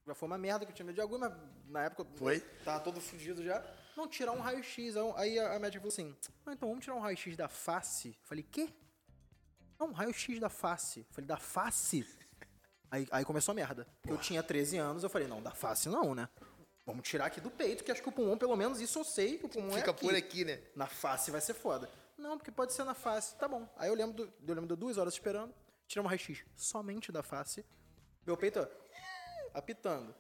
[SPEAKER 2] já foi uma merda que eu tinha medo de agulha, mas na época eu-
[SPEAKER 1] Foi?
[SPEAKER 2] Tava todo fudido já. Não, tirar um raio-x. Aí- Aí a a médica falou assim: ah, então vamos tirar um raio-x da face? Eu falei, quê? Não, um raio-x da face. Eu falei, da face? Aí, aí começou a merda. Porque eu tinha 13 anos, eu falei, não, da face não, né? Vamos tirar aqui do peito, que acho que o pulmão, pelo menos isso eu sei, que o pulmão é
[SPEAKER 1] Fica
[SPEAKER 2] aqui.
[SPEAKER 1] por aqui, né?
[SPEAKER 2] Na face vai ser foda. Não, porque pode ser na face. Tá bom. Aí eu lembro, do, eu lembro de duas horas esperando, tiramos o raio-x somente da face. Meu peito, ó, apitando.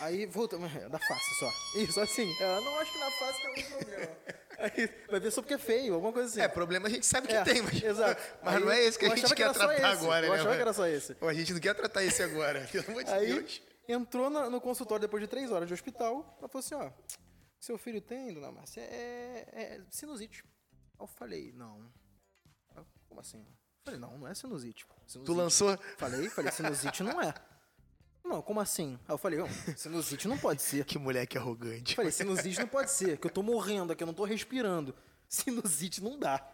[SPEAKER 2] Aí volta, é da face só. Isso, assim.
[SPEAKER 1] É.
[SPEAKER 2] Ela, não acho que na face tem algum problema. Aí, vai ver só porque é feio, alguma coisa assim.
[SPEAKER 1] É, problema a gente sabe que
[SPEAKER 2] É,
[SPEAKER 1] tem, mas,
[SPEAKER 2] exato.
[SPEAKER 1] mas
[SPEAKER 2] Aí
[SPEAKER 1] não é esse que
[SPEAKER 2] eu
[SPEAKER 1] a gente
[SPEAKER 2] achava que
[SPEAKER 1] quer
[SPEAKER 2] era só
[SPEAKER 1] tratar
[SPEAKER 2] esse.
[SPEAKER 1] agora,
[SPEAKER 2] Eu
[SPEAKER 1] né?
[SPEAKER 2] achava que
[SPEAKER 1] mano?
[SPEAKER 2] era só esse.
[SPEAKER 1] Pô, a gente não quer tratar esse agora, pelo amor de
[SPEAKER 2] Aí
[SPEAKER 1] Deus.
[SPEAKER 2] entrou na- no consultório depois de três horas de hospital. Ela falou assim: ó, seu filho tem, dona Márcia, é, é sinusite. Aí eu falei: não. Ela, Como assim? Eu falei: não, não é sinusite. pô.
[SPEAKER 1] Tu
[SPEAKER 2] Sinusite."
[SPEAKER 1] lançou.
[SPEAKER 2] Falei, falei: sinusite não é. Não, como assim? Aí eu falei: "Ó, sinusite não pode ser.
[SPEAKER 1] Que moleque arrogante.
[SPEAKER 2] Falei, sinusite não pode ser, que eu tô morrendo aqui, eu não tô respirando. Sinusite não dá.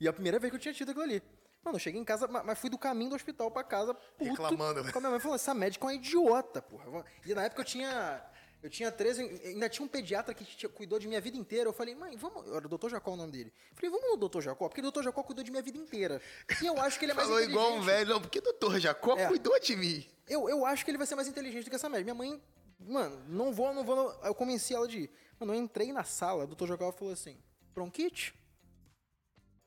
[SPEAKER 2] E é a primeira vez que eu tinha tido aquilo ali. Mano, eu cheguei em casa, ma- mas fui do caminho do hospital pra casa, puto,
[SPEAKER 1] Reclamando, né?
[SPEAKER 2] Com a minha mãe falou, essa médica é uma idiota, porra. E na época eu tinha... Eu tinha 13, eu- ainda tinha um pediatra que tinha- cuidou de minha vida inteira. Eu falei, mãe, vamos. Era o Dr. Jacó o nome dele. Eu falei, vamos no Dr. Jacó, porque o Dr. Jacó cuidou de minha vida inteira. E eu acho que ele é mais
[SPEAKER 1] Falou igual um
[SPEAKER 2] inteligente.
[SPEAKER 1] velho, não, porque doutor Jacó
[SPEAKER 2] É.
[SPEAKER 1] cuidou de mim.
[SPEAKER 2] Eu, eu acho que ele vai ser mais inteligente do que essa média. Minha mãe, mano, não vou, não vou. não- Eu convenci ela de ir. Mano, eu entrei na sala, o doutor Jacó falou assim: bronquite?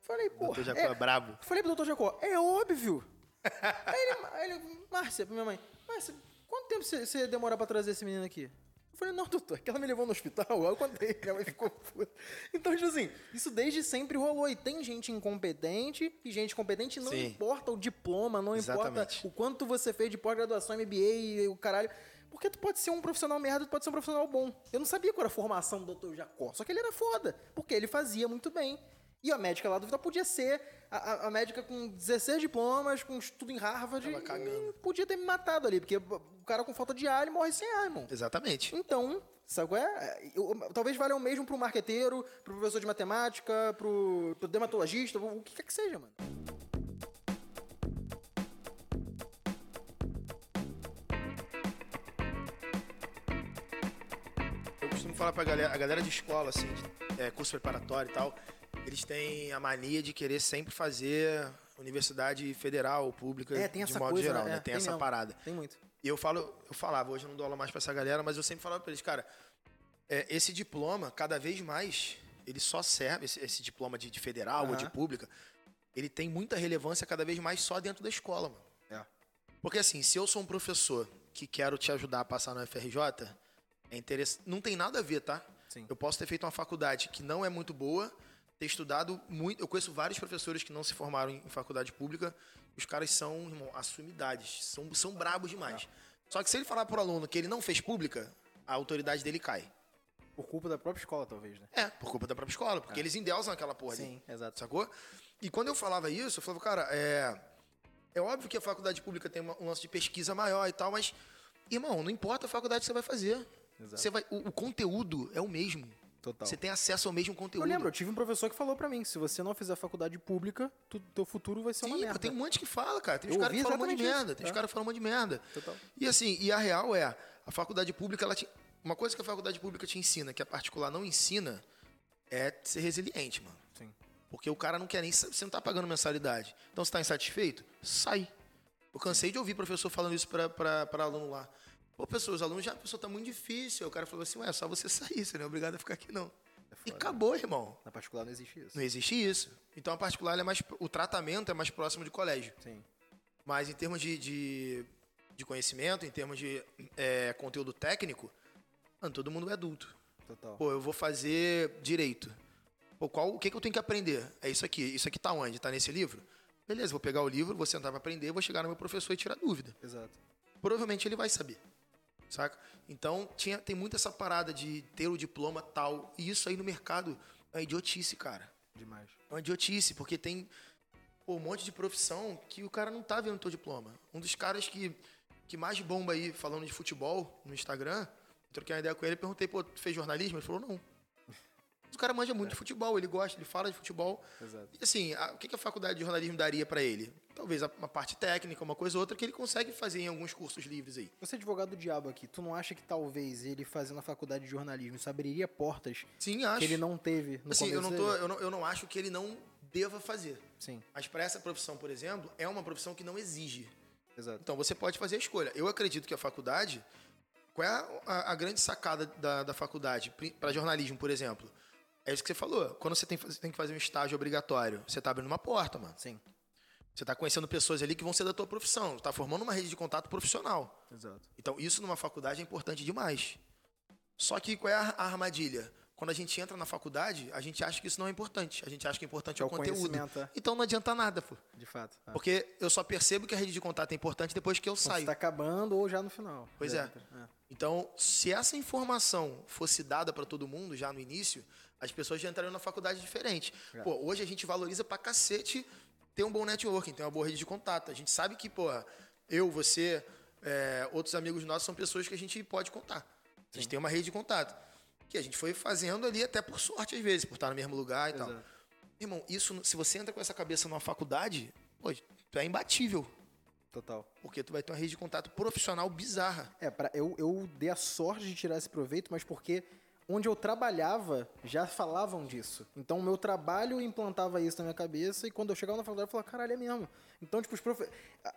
[SPEAKER 2] Falei, pô.
[SPEAKER 1] doutor Jacó é, brabo.
[SPEAKER 2] Falei pro doutor Jacó, é óbvio. aí ele, aí ele, Márcia, pra minha mãe, Márcia, quanto tempo você- você demora pra trazer esse menino aqui? Eu falei, não, doutor, é que ela me levou no hospital, aí eu contei, minha mãe ficou puta. Então, tipo assim, isso desde sempre rolou. E tem gente incompetente, e gente competente não
[SPEAKER 1] Sim.
[SPEAKER 2] importa o diploma, não importa
[SPEAKER 1] Exatamente.
[SPEAKER 2] o quanto você fez de pós-graduação, MBA e o caralho. Porque tu pode ser um profissional merda, tu pode ser um profissional bom. Eu não sabia qual era a formação do Dr. Jacó, só que ele era foda, porque ele fazia muito bem. E a médica lá do Vital podia ser a, a- a médica com 16 diplomas, com estudo em Harvard,
[SPEAKER 1] Tava cagando.
[SPEAKER 2] e podia ter me matado ali, porque o cara com falta de ar, ele morre sem ar, irmão.
[SPEAKER 1] Exatamente.
[SPEAKER 2] Então, sabe qual é? Eu- eu- talvez valha o mesmo pro marqueteiro, pro professor de matemática, pro, pro dermatologista, o que quer que seja, mano.
[SPEAKER 1] Eu costumo falar pra galera, a galera de escola, assim, de, é, curso preparatório e tal, eles têm a mania de querer sempre fazer universidade federal, pública,
[SPEAKER 2] É, tem
[SPEAKER 1] de
[SPEAKER 2] essa
[SPEAKER 1] modo
[SPEAKER 2] coisa,
[SPEAKER 1] geral,
[SPEAKER 2] né?
[SPEAKER 1] né?
[SPEAKER 2] É,
[SPEAKER 1] tem
[SPEAKER 2] tem
[SPEAKER 1] essa
[SPEAKER 2] mesmo.
[SPEAKER 1] parada.
[SPEAKER 2] Tem muito.
[SPEAKER 1] E eu falo, eu falava, hoje eu não dou aula mais pra essa galera, mas eu sempre falava pra eles, cara, é, esse diploma, cada vez mais, ele só serve, esse, esse diploma de, de federal ou de
[SPEAKER 2] Aham.
[SPEAKER 1] pública, ele tem muita relevância cada vez mais só dentro da escola, mano.
[SPEAKER 2] É.
[SPEAKER 1] Porque assim, se eu sou um professor que quero te ajudar a passar na FRJ, é interessante. Não tem nada a ver, tá?
[SPEAKER 2] Sim.
[SPEAKER 1] Eu posso ter feito uma faculdade que não é muito boa, ter estudado muito. Eu conheço vários professores que não se formaram em em faculdade pública. Os caras são, irmão, assumidades. São, são brabos
[SPEAKER 2] É.
[SPEAKER 1] demais. Só que se ele falar pro aluno que ele não fez pública, a autoridade dele cai.
[SPEAKER 2] Por culpa da própria escola, talvez, né?
[SPEAKER 1] É, por culpa da própria escola, porque eles endeusam aquela porra ali.
[SPEAKER 2] Sim, exato.
[SPEAKER 1] Sacou? E quando eu falava isso, eu falava, cara, é. É óbvio que a faculdade pública tem uma- um lance de pesquisa maior e tal, mas, irmão, não importa a faculdade que você vai fazer.
[SPEAKER 2] Exato.
[SPEAKER 1] Você vai, o, o conteúdo é o mesmo.
[SPEAKER 2] Total.
[SPEAKER 1] Você tem acesso ao mesmo
[SPEAKER 2] Eu
[SPEAKER 1] conteúdo.
[SPEAKER 2] lembro, eu tive um professor que falou pra mim, se você não fizer faculdade pública, tu, teu futuro vai ser uma
[SPEAKER 1] Sim, pô,
[SPEAKER 2] merda.
[SPEAKER 1] tem um monte que fala, cara. Tem
[SPEAKER 2] Eu
[SPEAKER 1] uns caras que
[SPEAKER 2] ouvi
[SPEAKER 1] falam um monte de
[SPEAKER 2] exatamente
[SPEAKER 1] merda.
[SPEAKER 2] isso.
[SPEAKER 1] Tem uns
[SPEAKER 2] É.
[SPEAKER 1] caras que falam um monte de merda.
[SPEAKER 2] Total.
[SPEAKER 1] E assim, e a real é, a faculdade pública, ela te, uma coisa que a faculdade pública te ensina, que a particular não ensina, é ser resiliente, mano.
[SPEAKER 2] Sim. É
[SPEAKER 1] Porque o cara não quer nem. sa- Você não tá pagando mensalidade. Então você tá insatisfeito? Sai. Eu cansei de ouvir professor falando isso pra, pra, pra aluno lá. Pô, pessoal, os alunos já, a pessoa tá muito difícil. Aí O cara falou assim, ué, é só você sair, você não é obrigado a ficar aqui, não. e acabou, irmão.
[SPEAKER 2] Na particular não existe isso.
[SPEAKER 1] Não existe isso. Então a particular ela é mais. pro- O tratamento é mais próximo de colégio.
[SPEAKER 2] Sim.
[SPEAKER 1] Mas em termos de, de, de conhecimento, em termos de é, conteúdo técnico, mano, todo mundo é adulto.
[SPEAKER 2] Total.
[SPEAKER 1] Pô, eu vou fazer direito. Pô, qual, o que, que eu tenho que aprender? É isso aqui. Isso aqui tá onde? Tá nesse livro? Beleza, vou pegar o livro, vou sentar pra aprender, vou chegar no meu professor e tirar dúvida.
[SPEAKER 2] Exato.
[SPEAKER 1] Provavelmente ele vai saber. Saca? Então, tinha, tem muito essa parada de ter o diploma tal. E isso aí no mercado é uma idiotice, cara.
[SPEAKER 2] Demais.
[SPEAKER 1] É uma idiotice, porque tem pô, um monte de profissão que o cara não tá vendo o teu diploma. Um dos caras que, que mais bomba aí falando de futebol no Instagram, eu troquei uma ideia com ele, perguntei, pô, tu fez jornalismo? Ele falou, não. Mas o cara manja muito de futebol, ele gosta, ele fala de futebol.
[SPEAKER 2] Exato.
[SPEAKER 1] E assim, a- o que que a faculdade de jornalismo daria pra ele? Talvez a- uma parte técnica, uma coisa ou outra, que ele consegue fazer em alguns cursos livres aí.
[SPEAKER 2] Você é advogado do diabo aqui, tu não acha que talvez ele fazendo a faculdade de jornalismo isso abriria portas
[SPEAKER 1] Sim, acho.
[SPEAKER 2] que ele não teve no
[SPEAKER 1] assim, eu
[SPEAKER 2] começo
[SPEAKER 1] não, tô,
[SPEAKER 2] dele?
[SPEAKER 1] eu, não, eu não acho que ele não deva fazer.
[SPEAKER 2] Sim,
[SPEAKER 1] Mas pra essa profissão, por exemplo, é uma profissão que não exige.
[SPEAKER 2] exato.
[SPEAKER 1] Então você pode fazer a escolha. Eu acredito que a faculdade. Qual é a, a- a grande sacada da, da faculdade para jornalismo, por exemplo? É isso que você falou. Quando você tem, que faz- tem que fazer um estágio obrigatório, você tá abrindo uma porta, mano.
[SPEAKER 2] Sim,
[SPEAKER 1] Você tá conhecendo pessoas ali que vão ser da tua profissão. Tá formando uma rede de contato profissional.
[SPEAKER 2] exato.
[SPEAKER 1] Então, isso numa faculdade é importante demais. Só que qual é a a armadilha? Quando a gente entra na faculdade, a gente acha que isso não é importante. A gente acha que o importante é,
[SPEAKER 2] É
[SPEAKER 1] o
[SPEAKER 2] o
[SPEAKER 1] conteúdo.
[SPEAKER 2] conhecimento, é.
[SPEAKER 1] Então não adianta nada, pô.
[SPEAKER 2] De fato. Ah.
[SPEAKER 1] Porque eu só percebo que a rede de contato é importante depois que eu
[SPEAKER 2] Quando
[SPEAKER 1] saio.
[SPEAKER 2] Você tá acabando ou já no final.
[SPEAKER 1] Pois é. Então, se essa informação fosse dada para todo mundo já no início, as pessoas já entrariam na faculdade diferente.
[SPEAKER 2] É.
[SPEAKER 1] Pô, hoje a gente valoriza pra cacete ter um bom networking, ter uma boa rede de contato. A gente sabe que, pô, eu, você, é, outros amigos nossos são pessoas que a gente pode contar. A gente tem uma rede de contato. Que a gente foi fazendo ali até por sorte, às vezes, por estar no mesmo lugar e tal.
[SPEAKER 2] Exato.
[SPEAKER 1] Irmão, isso, se você entra com essa cabeça numa faculdade, pô, tu é imbatível.
[SPEAKER 2] Total.
[SPEAKER 1] Porque tu vai ter uma rede de contato profissional bizarra.
[SPEAKER 2] É, pra, eu, eu dei a sorte de tirar esse proveito, mas porque onde eu trabalhava já falavam disso. Então o meu trabalho implantava isso na minha cabeça e quando eu chegava na faculdade eu falava, caralho, é mesmo. Então, tipo, os profe...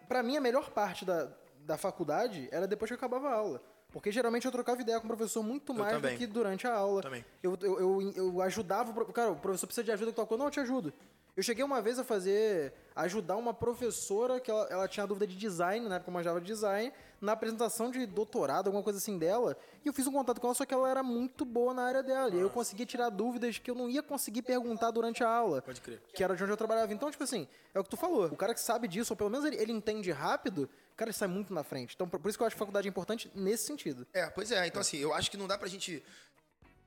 [SPEAKER 2] pra mim a melhor parte da, da faculdade era depois que eu acabava a aula. Porque geralmente eu trocava ideia com o professor muito mais
[SPEAKER 1] também.
[SPEAKER 2] do que durante a aula.
[SPEAKER 1] Também.
[SPEAKER 2] Eu, eu, eu, eu ajudava o pro- Cara, o professor precisa de ajuda com tal coisa. Não, eu te ajudo. Eu cheguei uma vez a fazer. ajudar uma professora que ela, ela tinha dúvida de design, na época eu manjava de design, na apresentação de doutorado, alguma coisa assim dela. E eu fiz um contato com ela, só que ela era muito boa na área dela. E eu conseguia tirar dúvidas que eu não ia conseguir perguntar durante a aula.
[SPEAKER 1] Pode crer.
[SPEAKER 2] Que era de onde eu trabalhava. Então, tipo assim, é o que tu falou. O cara que sabe disso, ou pelo menos ele, ele entende rápido, o cara sai muito na frente. Então, por, por isso que eu acho faculdade importante nesse sentido.
[SPEAKER 1] É, pois é. Então, assim, eu acho que não dá pra gente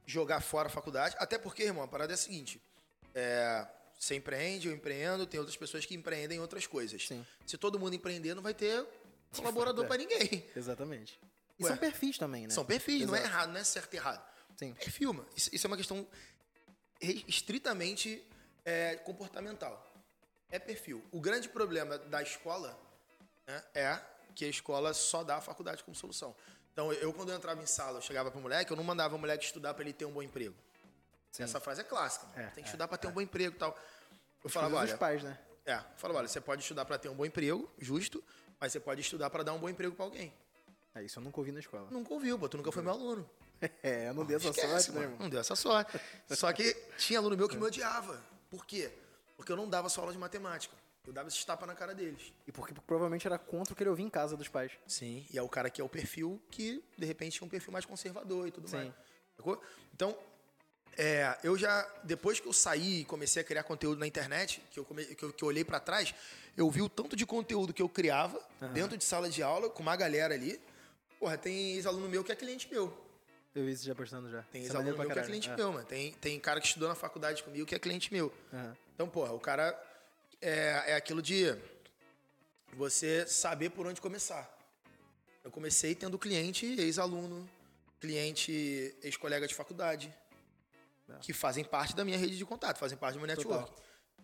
[SPEAKER 1] jogar fora a faculdade. Até porque, irmão, a parada é a seguinte. É, você empreende, eu empreendo, tem outras pessoas que empreendem outras coisas.
[SPEAKER 2] Sim.
[SPEAKER 1] Se todo mundo empreender, não vai ter colaborador
[SPEAKER 2] é.
[SPEAKER 1] pra ninguém.
[SPEAKER 2] Exatamente. E
[SPEAKER 1] Ué.
[SPEAKER 2] são perfis também, né?
[SPEAKER 1] São perfis, não é
[SPEAKER 2] Exato.
[SPEAKER 1] errado, não é certo e errado.
[SPEAKER 2] Sim.
[SPEAKER 1] Perfil, mano. Isso, isso é uma questão re- estritamente é, comportamental. É perfil. O grande problema da escola né, é que a escola só dá a faculdade como solução. Então, eu, quando eu entrava em sala, eu chegava pro moleque, eu não mandava o moleque estudar para ele ter um bom emprego.
[SPEAKER 2] Sim.
[SPEAKER 1] Essa frase é clássica. né?
[SPEAKER 2] É,
[SPEAKER 1] Tem que
[SPEAKER 2] é,
[SPEAKER 1] estudar para ter um bom emprego e tal. Eu falava,
[SPEAKER 2] Inclusive
[SPEAKER 1] olha,
[SPEAKER 2] os pais, né?
[SPEAKER 1] é, eu falava, olha, você pode estudar para ter um bom emprego, justo, mas você pode estudar para dar um bom emprego para alguém.
[SPEAKER 2] É, isso eu nunca ouvi na escola.
[SPEAKER 1] Nunca ouviu, pô, tu nunca
[SPEAKER 2] Uhum.
[SPEAKER 1] foi meu aluno.
[SPEAKER 2] É, eu não dei essa
[SPEAKER 1] Esquece,
[SPEAKER 2] sorte, né,
[SPEAKER 1] mano. É.
[SPEAKER 2] irmão?
[SPEAKER 1] Não deu essa sorte. Só que tinha aluno meu que me odiava. Por quê? Porque eu não dava só aula de matemática. Eu dava esses tapas na cara deles.
[SPEAKER 2] E porque provavelmente era contra o que ele ouvia em casa dos pais.
[SPEAKER 1] Sim. E é o cara que é o perfil que, de repente, é um perfil mais conservador e tudo
[SPEAKER 2] Sim.
[SPEAKER 1] mais. Sacou? Então, é, eu já, depois que eu saí e comecei a criar conteúdo na internet, que eu, come- que eu, que eu olhei pra trás, eu vi o tanto de conteúdo que eu criava dentro de sala de aula, com uma galera ali. Porra, tem ex-aluno meu que é cliente meu.
[SPEAKER 2] Eu vi isso já postando já.
[SPEAKER 1] Tem
[SPEAKER 2] Isso é
[SPEAKER 1] ex-aluno
[SPEAKER 2] maneiro pra
[SPEAKER 1] meu que é
[SPEAKER 2] caralho.
[SPEAKER 1] cliente
[SPEAKER 2] É.
[SPEAKER 1] meu, mano. Tem, tem cara que estudou na faculdade comigo que é cliente meu.
[SPEAKER 2] Aham.
[SPEAKER 1] Então, porra, o cara é, é aquilo de você saber por onde começar. Eu comecei tendo cliente ex-aluno, cliente ex-colega de faculdade,
[SPEAKER 2] É.
[SPEAKER 1] que fazem parte da minha rede de contato, fazem parte do meu network.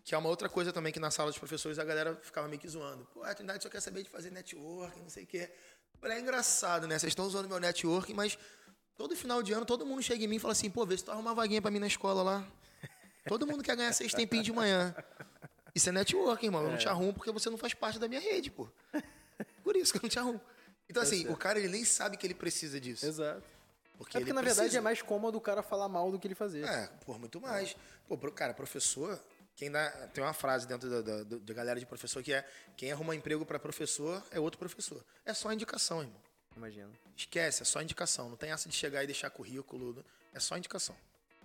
[SPEAKER 1] Que é uma outra coisa também que na sala dos professores a galera ficava meio que zoando. Pô, a Trindade só quer saber de fazer network, não sei o quê. Eu falei, É engraçado, né? Vocês estão zoando meu network, mas todo final de ano todo mundo chega em mim e fala assim, pô, vê se tu arruma uma vaguinha pra mim na escola lá. Todo mundo quer ganhar seis tempinhos de manhã. Isso é networking, irmão. Eu não te arrumo porque você não faz parte da minha rede, pô. Por isso que eu não te arrumo. Então, assim, o cara ele nem sabe que ele precisa disso.
[SPEAKER 2] Exato.
[SPEAKER 1] Porque
[SPEAKER 2] É porque,
[SPEAKER 1] ele
[SPEAKER 2] na verdade,
[SPEAKER 1] precisa.
[SPEAKER 2] é mais cômodo o cara falar mal do que ele fazer.
[SPEAKER 1] É, por muito mais. Pô, pro- cara, professor Quem dá, tem uma frase dentro da, da- da galera de professor que é: quem arruma emprego para professor é outro professor. É só indicação, irmão.
[SPEAKER 2] Imagina.
[SPEAKER 1] Esquece, é só indicação. Não tem essa de chegar e deixar currículo. né? É só indicação.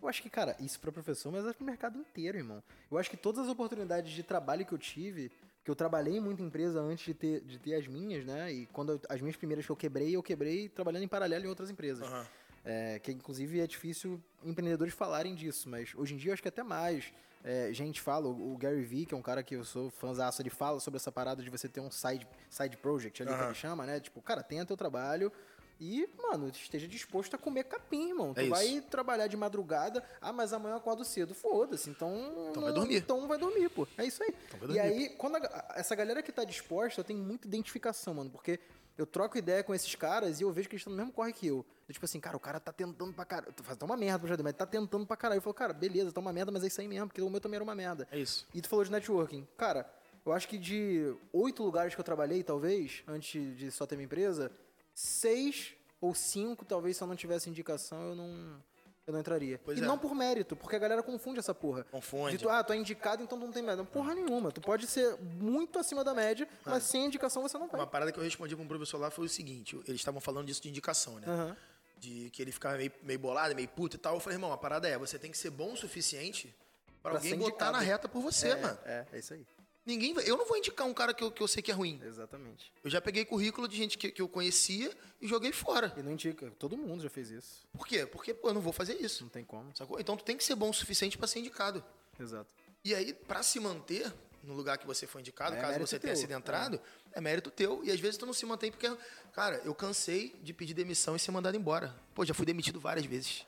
[SPEAKER 2] Eu acho que, cara, isso pra professor, mas é pro mercado inteiro, irmão. Eu acho que todas as oportunidades de trabalho que eu tive, que eu trabalhei em muita empresa antes de ter, de ter as minhas, né? E quando eu- as minhas primeiras que eu quebrei, eu quebrei trabalhando em paralelo em outras empresas.
[SPEAKER 1] Aham.
[SPEAKER 2] É, que inclusive é difícil empreendedores falarem disso, mas hoje em dia eu acho que até mais. É, gente fala, o o Gary Vee, que é um cara que eu sou fãzaço, ele fala sobre essa parada de você ter um side, side project ali que
[SPEAKER 1] Aham.
[SPEAKER 2] ele chama, né? Tipo, cara, tenha teu trabalho e, mano, esteja disposto a comer capim, irmão.
[SPEAKER 1] É
[SPEAKER 2] tu
[SPEAKER 1] isso.
[SPEAKER 2] vai trabalhar de madrugada, ah, mas amanhã eu acordo cedo. Foda-se, então.
[SPEAKER 1] Então vai
[SPEAKER 2] não-
[SPEAKER 1] dormir.
[SPEAKER 2] Então vai dormir, pô. É isso aí.
[SPEAKER 1] Então vai
[SPEAKER 2] E
[SPEAKER 1] dormir,
[SPEAKER 2] aí, quando a- essa galera que tá disposta, eu tenho muita identificação, mano, porque eu troco ideia com esses caras e eu vejo que eles estão no mesmo corre que eu. Eu, tipo assim, cara, o cara tá tentando pra caralho. Tá tá uma merda, projeto, mas tá tentando pra caralho. Eu falo, cara, beleza, tá uma merda, mas é isso aí mesmo, porque o meu também era uma merda.
[SPEAKER 1] É isso.
[SPEAKER 2] E tu falou de networking. Cara, eu acho que de oito lugares que eu trabalhei, talvez, antes de só ter minha empresa, seis ou cinco, talvez, se eu não tivesse indicação, eu não, eu não entraria.
[SPEAKER 1] Pois
[SPEAKER 2] e
[SPEAKER 1] é.
[SPEAKER 2] não por mérito, porque a galera confunde essa porra.
[SPEAKER 1] Confunde.
[SPEAKER 2] De tu, ah, tu é indicado, então tu não tem merda. Porra nenhuma. Tu pode ser muito acima da média, mas sem indicação você não vai.
[SPEAKER 1] Ah. Uma parada que eu respondi pra um professor lá foi o seguinte: eles estavam falando disso de indicação, né?
[SPEAKER 2] Aham.
[SPEAKER 1] De que ele ficava meio, meio bolado, meio puto e tal. Eu falei, irmão, a parada é: você tem que ser bom o suficiente pra
[SPEAKER 2] Pra
[SPEAKER 1] alguém
[SPEAKER 2] ser
[SPEAKER 1] botar
[SPEAKER 2] indicado.
[SPEAKER 1] na reta por você, mano.
[SPEAKER 2] É, é isso aí.
[SPEAKER 1] Ninguém vai- eu não vou indicar um cara que eu, que eu sei que é ruim.
[SPEAKER 2] Exatamente.
[SPEAKER 1] Eu já peguei currículo de gente que, que eu conhecia e joguei fora.
[SPEAKER 2] E não indica. Todo mundo já fez isso.
[SPEAKER 1] Por quê? Porque pô, eu não vou fazer isso.
[SPEAKER 2] Não tem como.
[SPEAKER 1] Sacou? Então tu tem que ser bom o suficiente pra ser indicado.
[SPEAKER 2] Exato.
[SPEAKER 1] E aí, pra se manter no lugar que você foi indicado,
[SPEAKER 2] É
[SPEAKER 1] caso
[SPEAKER 2] mérito
[SPEAKER 1] você tenha
[SPEAKER 2] teu,
[SPEAKER 1] sido entrado, é. mérito teu. E às vezes tu não se mantém porque, cara, eu cansei de pedir demissão e ser mandado embora. Pô, já fui demitido várias vezes.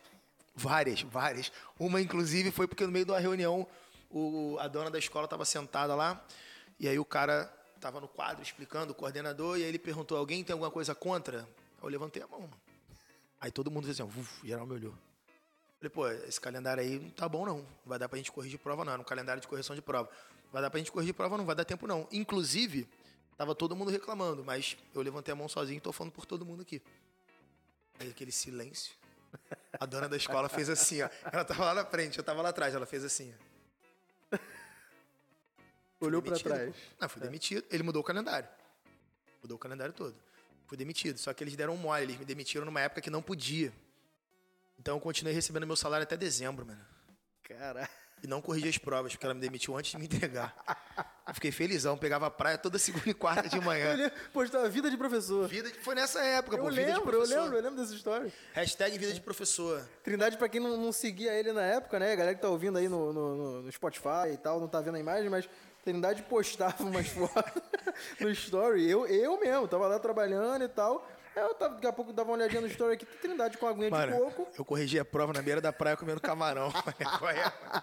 [SPEAKER 1] Várias, várias. Uma, inclusive, foi porque no meio de uma reunião, o, a dona da escola estava sentada lá, e aí o cara tava no quadro explicando, o coordenador, e aí ele perguntou: alguém tem alguma coisa contra? Eu levantei a mão, mano. Aí todo mundo fez assim, ó, uf, geral me olhou. Falei, pô, esse calendário aí não tá bom, não. Não vai dar pra gente corrigir prova, não. Era um calendário de correção de prova. Não vai dar pra gente corrigir prova, não. Vai dar tempo, não. Inclusive, tava todo mundo reclamando, mas eu levantei a mão sozinho e tô falando por todo mundo aqui. Aí aquele silêncio. A dona da escola fez assim, ó. Ela tava lá na frente, eu tava lá atrás. Ela fez assim, ó. Fui
[SPEAKER 2] Olhou pra
[SPEAKER 1] demitido,
[SPEAKER 2] trás. É.
[SPEAKER 1] pô. Não, fui demitido. Ele mudou o calendário. Mudou o calendário todo. Fui demitido. Só que eles deram um mole. Eles me demitiram numa época que não podia. Então eu continuei recebendo meu salário até dezembro, mano.
[SPEAKER 2] Caralho.
[SPEAKER 1] E não corrigi as provas, porque ela me demitiu antes de me entregar. Eu fiquei felizão, pegava a praia toda segunda e quarta de manhã.
[SPEAKER 2] Ele postou a vida de professor.
[SPEAKER 1] Vida de- Foi nessa época,
[SPEAKER 2] Eu
[SPEAKER 1] pô. vida de
[SPEAKER 2] lembro, eu
[SPEAKER 1] professor.
[SPEAKER 2] lembro, eu lembro dessa história.
[SPEAKER 1] Hashtag vida de professor.
[SPEAKER 2] Trindade, pra quem não, não seguia ele na época, né? A galera que tá ouvindo aí no, no- no- no Spotify e tal, não tá vendo a imagem, mas Trindade postava umas fotos no story. Eu, eu mesmo, tava lá trabalhando e tal. Aí Eu tava, daqui a pouco dava uma olhadinha no story aqui, Trindade com aguinha de
[SPEAKER 1] Mano,
[SPEAKER 2] coco
[SPEAKER 1] eu corrigi a prova na beira da praia comendo camarão. Qual é, mano?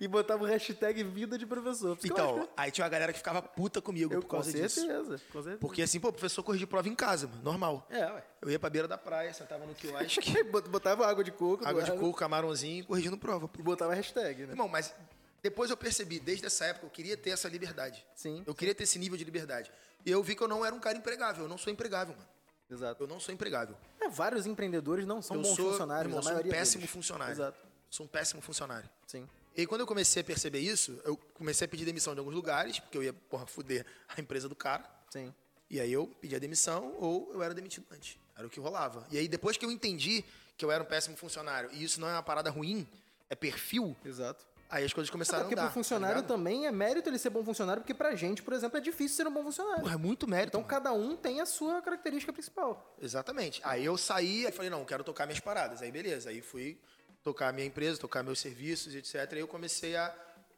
[SPEAKER 2] e botava o hashtag vida de professor. Porque eu acho
[SPEAKER 1] então, aí tinha uma galera que ficava puta comigo
[SPEAKER 2] que- eu,
[SPEAKER 1] por
[SPEAKER 2] com
[SPEAKER 1] causa disso.
[SPEAKER 2] certeza, com certeza.
[SPEAKER 1] Porque assim, pô, professor corrigir prova em casa, mano, normal.
[SPEAKER 2] É, ué.
[SPEAKER 1] Eu ia pra beira da praia, sentava no quiosque,
[SPEAKER 2] Bot- Botava água de coco,
[SPEAKER 1] água de
[SPEAKER 2] doava,
[SPEAKER 1] coco, camarãozinho, corrigindo prova.
[SPEAKER 2] E botava hashtag, né?
[SPEAKER 1] Irmão, mas depois eu percebi, desde essa época, eu queria ter essa liberdade.
[SPEAKER 2] Sim,
[SPEAKER 1] Eu queria ter esse nível de liberdade. E eu vi que eu não era um cara empregável. Eu não sou empregável, mano.
[SPEAKER 2] exato.
[SPEAKER 1] Eu não sou empregável.
[SPEAKER 2] É, vários empreendedores não são
[SPEAKER 1] eu
[SPEAKER 2] bons
[SPEAKER 1] sou,
[SPEAKER 2] funcionários,
[SPEAKER 1] irmão,
[SPEAKER 2] a
[SPEAKER 1] sou um
[SPEAKER 2] maioria
[SPEAKER 1] péssimo
[SPEAKER 2] deles.
[SPEAKER 1] funcionário.
[SPEAKER 2] Exato,
[SPEAKER 1] Sou um péssimo funcionário.
[SPEAKER 2] sim.
[SPEAKER 1] E aí, quando eu comecei a perceber isso, eu comecei a pedir demissão de alguns lugares, porque eu ia, porra, fuder a empresa do cara.
[SPEAKER 2] Sim.
[SPEAKER 1] E aí eu pedi a demissão ou eu era demitido antes. Era o que rolava. E aí, depois que eu entendi que eu era um péssimo funcionário, e isso não é uma parada ruim, é perfil,
[SPEAKER 2] Exato.
[SPEAKER 1] aí as coisas
[SPEAKER 2] Até
[SPEAKER 1] começaram a
[SPEAKER 2] É porque
[SPEAKER 1] andar.
[SPEAKER 2] pro funcionário
[SPEAKER 1] tá ligado?
[SPEAKER 2] também é mérito ele ser bom funcionário, porque pra gente, por exemplo, é difícil ser um bom funcionário.
[SPEAKER 1] Porra, é muito mérito.
[SPEAKER 2] então
[SPEAKER 1] mano.
[SPEAKER 2] cada um tem a sua característica principal.
[SPEAKER 1] Exatamente. Aí eu saí e falei, não, eu quero tocar minhas paradas. Aí beleza, aí fui tocar a minha empresa, tocar meus serviços, etc. Aí eu comecei a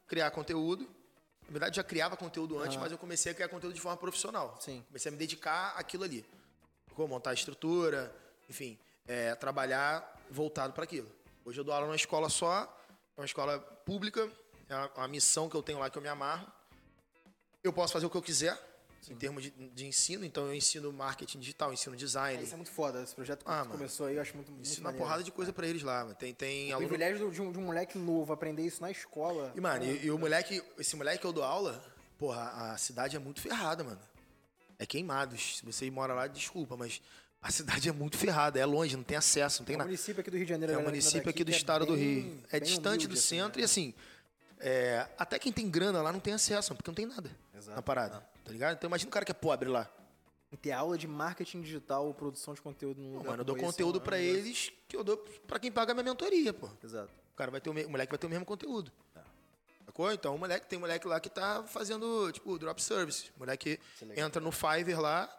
[SPEAKER 1] criar conteúdo. Na verdade, já criava conteúdo antes, mas eu comecei a criar conteúdo de forma profissional.
[SPEAKER 2] Sim.
[SPEAKER 1] Comecei a me dedicar àquilo ali. Como montar a estrutura, enfim, é, trabalhar voltado para aquilo. Hoje eu dou aula numa escola só, é uma escola pública, é uma, uma missão que eu tenho lá que eu me amarro. Eu posso fazer o que eu quiser, em termos de, de ensino, então eu ensino marketing digital, ensino design,
[SPEAKER 2] Isso é muito foda. Esse projeto que
[SPEAKER 1] Ah,
[SPEAKER 2] tu
[SPEAKER 1] mano.
[SPEAKER 2] começou aí, eu acho muito, muito
[SPEAKER 1] isso na
[SPEAKER 2] maneiro.
[SPEAKER 1] porrada de coisa pra eles lá, mano. Tem, tem
[SPEAKER 2] O
[SPEAKER 1] aluno.
[SPEAKER 2] privilégio do- de um, de um moleque novo aprender isso na escola.
[SPEAKER 1] E, mano, e, e o moleque, esse moleque que eu dou aula, porra, a cidade é muito ferrada, mano. É queimados. Se você mora lá, desculpa, mas a cidade é muito ferrada, é longe, não tem acesso, não tem
[SPEAKER 2] é um
[SPEAKER 1] nada.
[SPEAKER 2] município aqui do Rio de Janeiro.
[SPEAKER 1] É
[SPEAKER 2] a
[SPEAKER 1] um
[SPEAKER 2] galera que manda
[SPEAKER 1] município aqui
[SPEAKER 2] que
[SPEAKER 1] do estado do
[SPEAKER 2] bem-
[SPEAKER 1] Rio. É
[SPEAKER 2] bem
[SPEAKER 1] distante
[SPEAKER 2] humilde,
[SPEAKER 1] do
[SPEAKER 2] assim,
[SPEAKER 1] centro
[SPEAKER 2] né?
[SPEAKER 1] e assim. É, até quem tem grana lá não tem acesso, porque não tem nada
[SPEAKER 2] Exato.
[SPEAKER 1] na parada, tá ligado? Então imagina o cara que é pobre lá.
[SPEAKER 2] Ter aula de marketing digital ou produção de conteúdo no
[SPEAKER 1] Pô, mano, eu dou
[SPEAKER 2] é, né?
[SPEAKER 1] conteúdo pra eles que eu dou pra quem paga a minha mentoria, pô.
[SPEAKER 2] Exato.
[SPEAKER 1] O cara vai ter o, me- o moleque vai ter o mesmo conteúdo.
[SPEAKER 2] Tá.
[SPEAKER 1] Sacou? Então, o moleque tem moleque lá que tá fazendo, tipo, drop service. O moleque entra no Fiverr lá,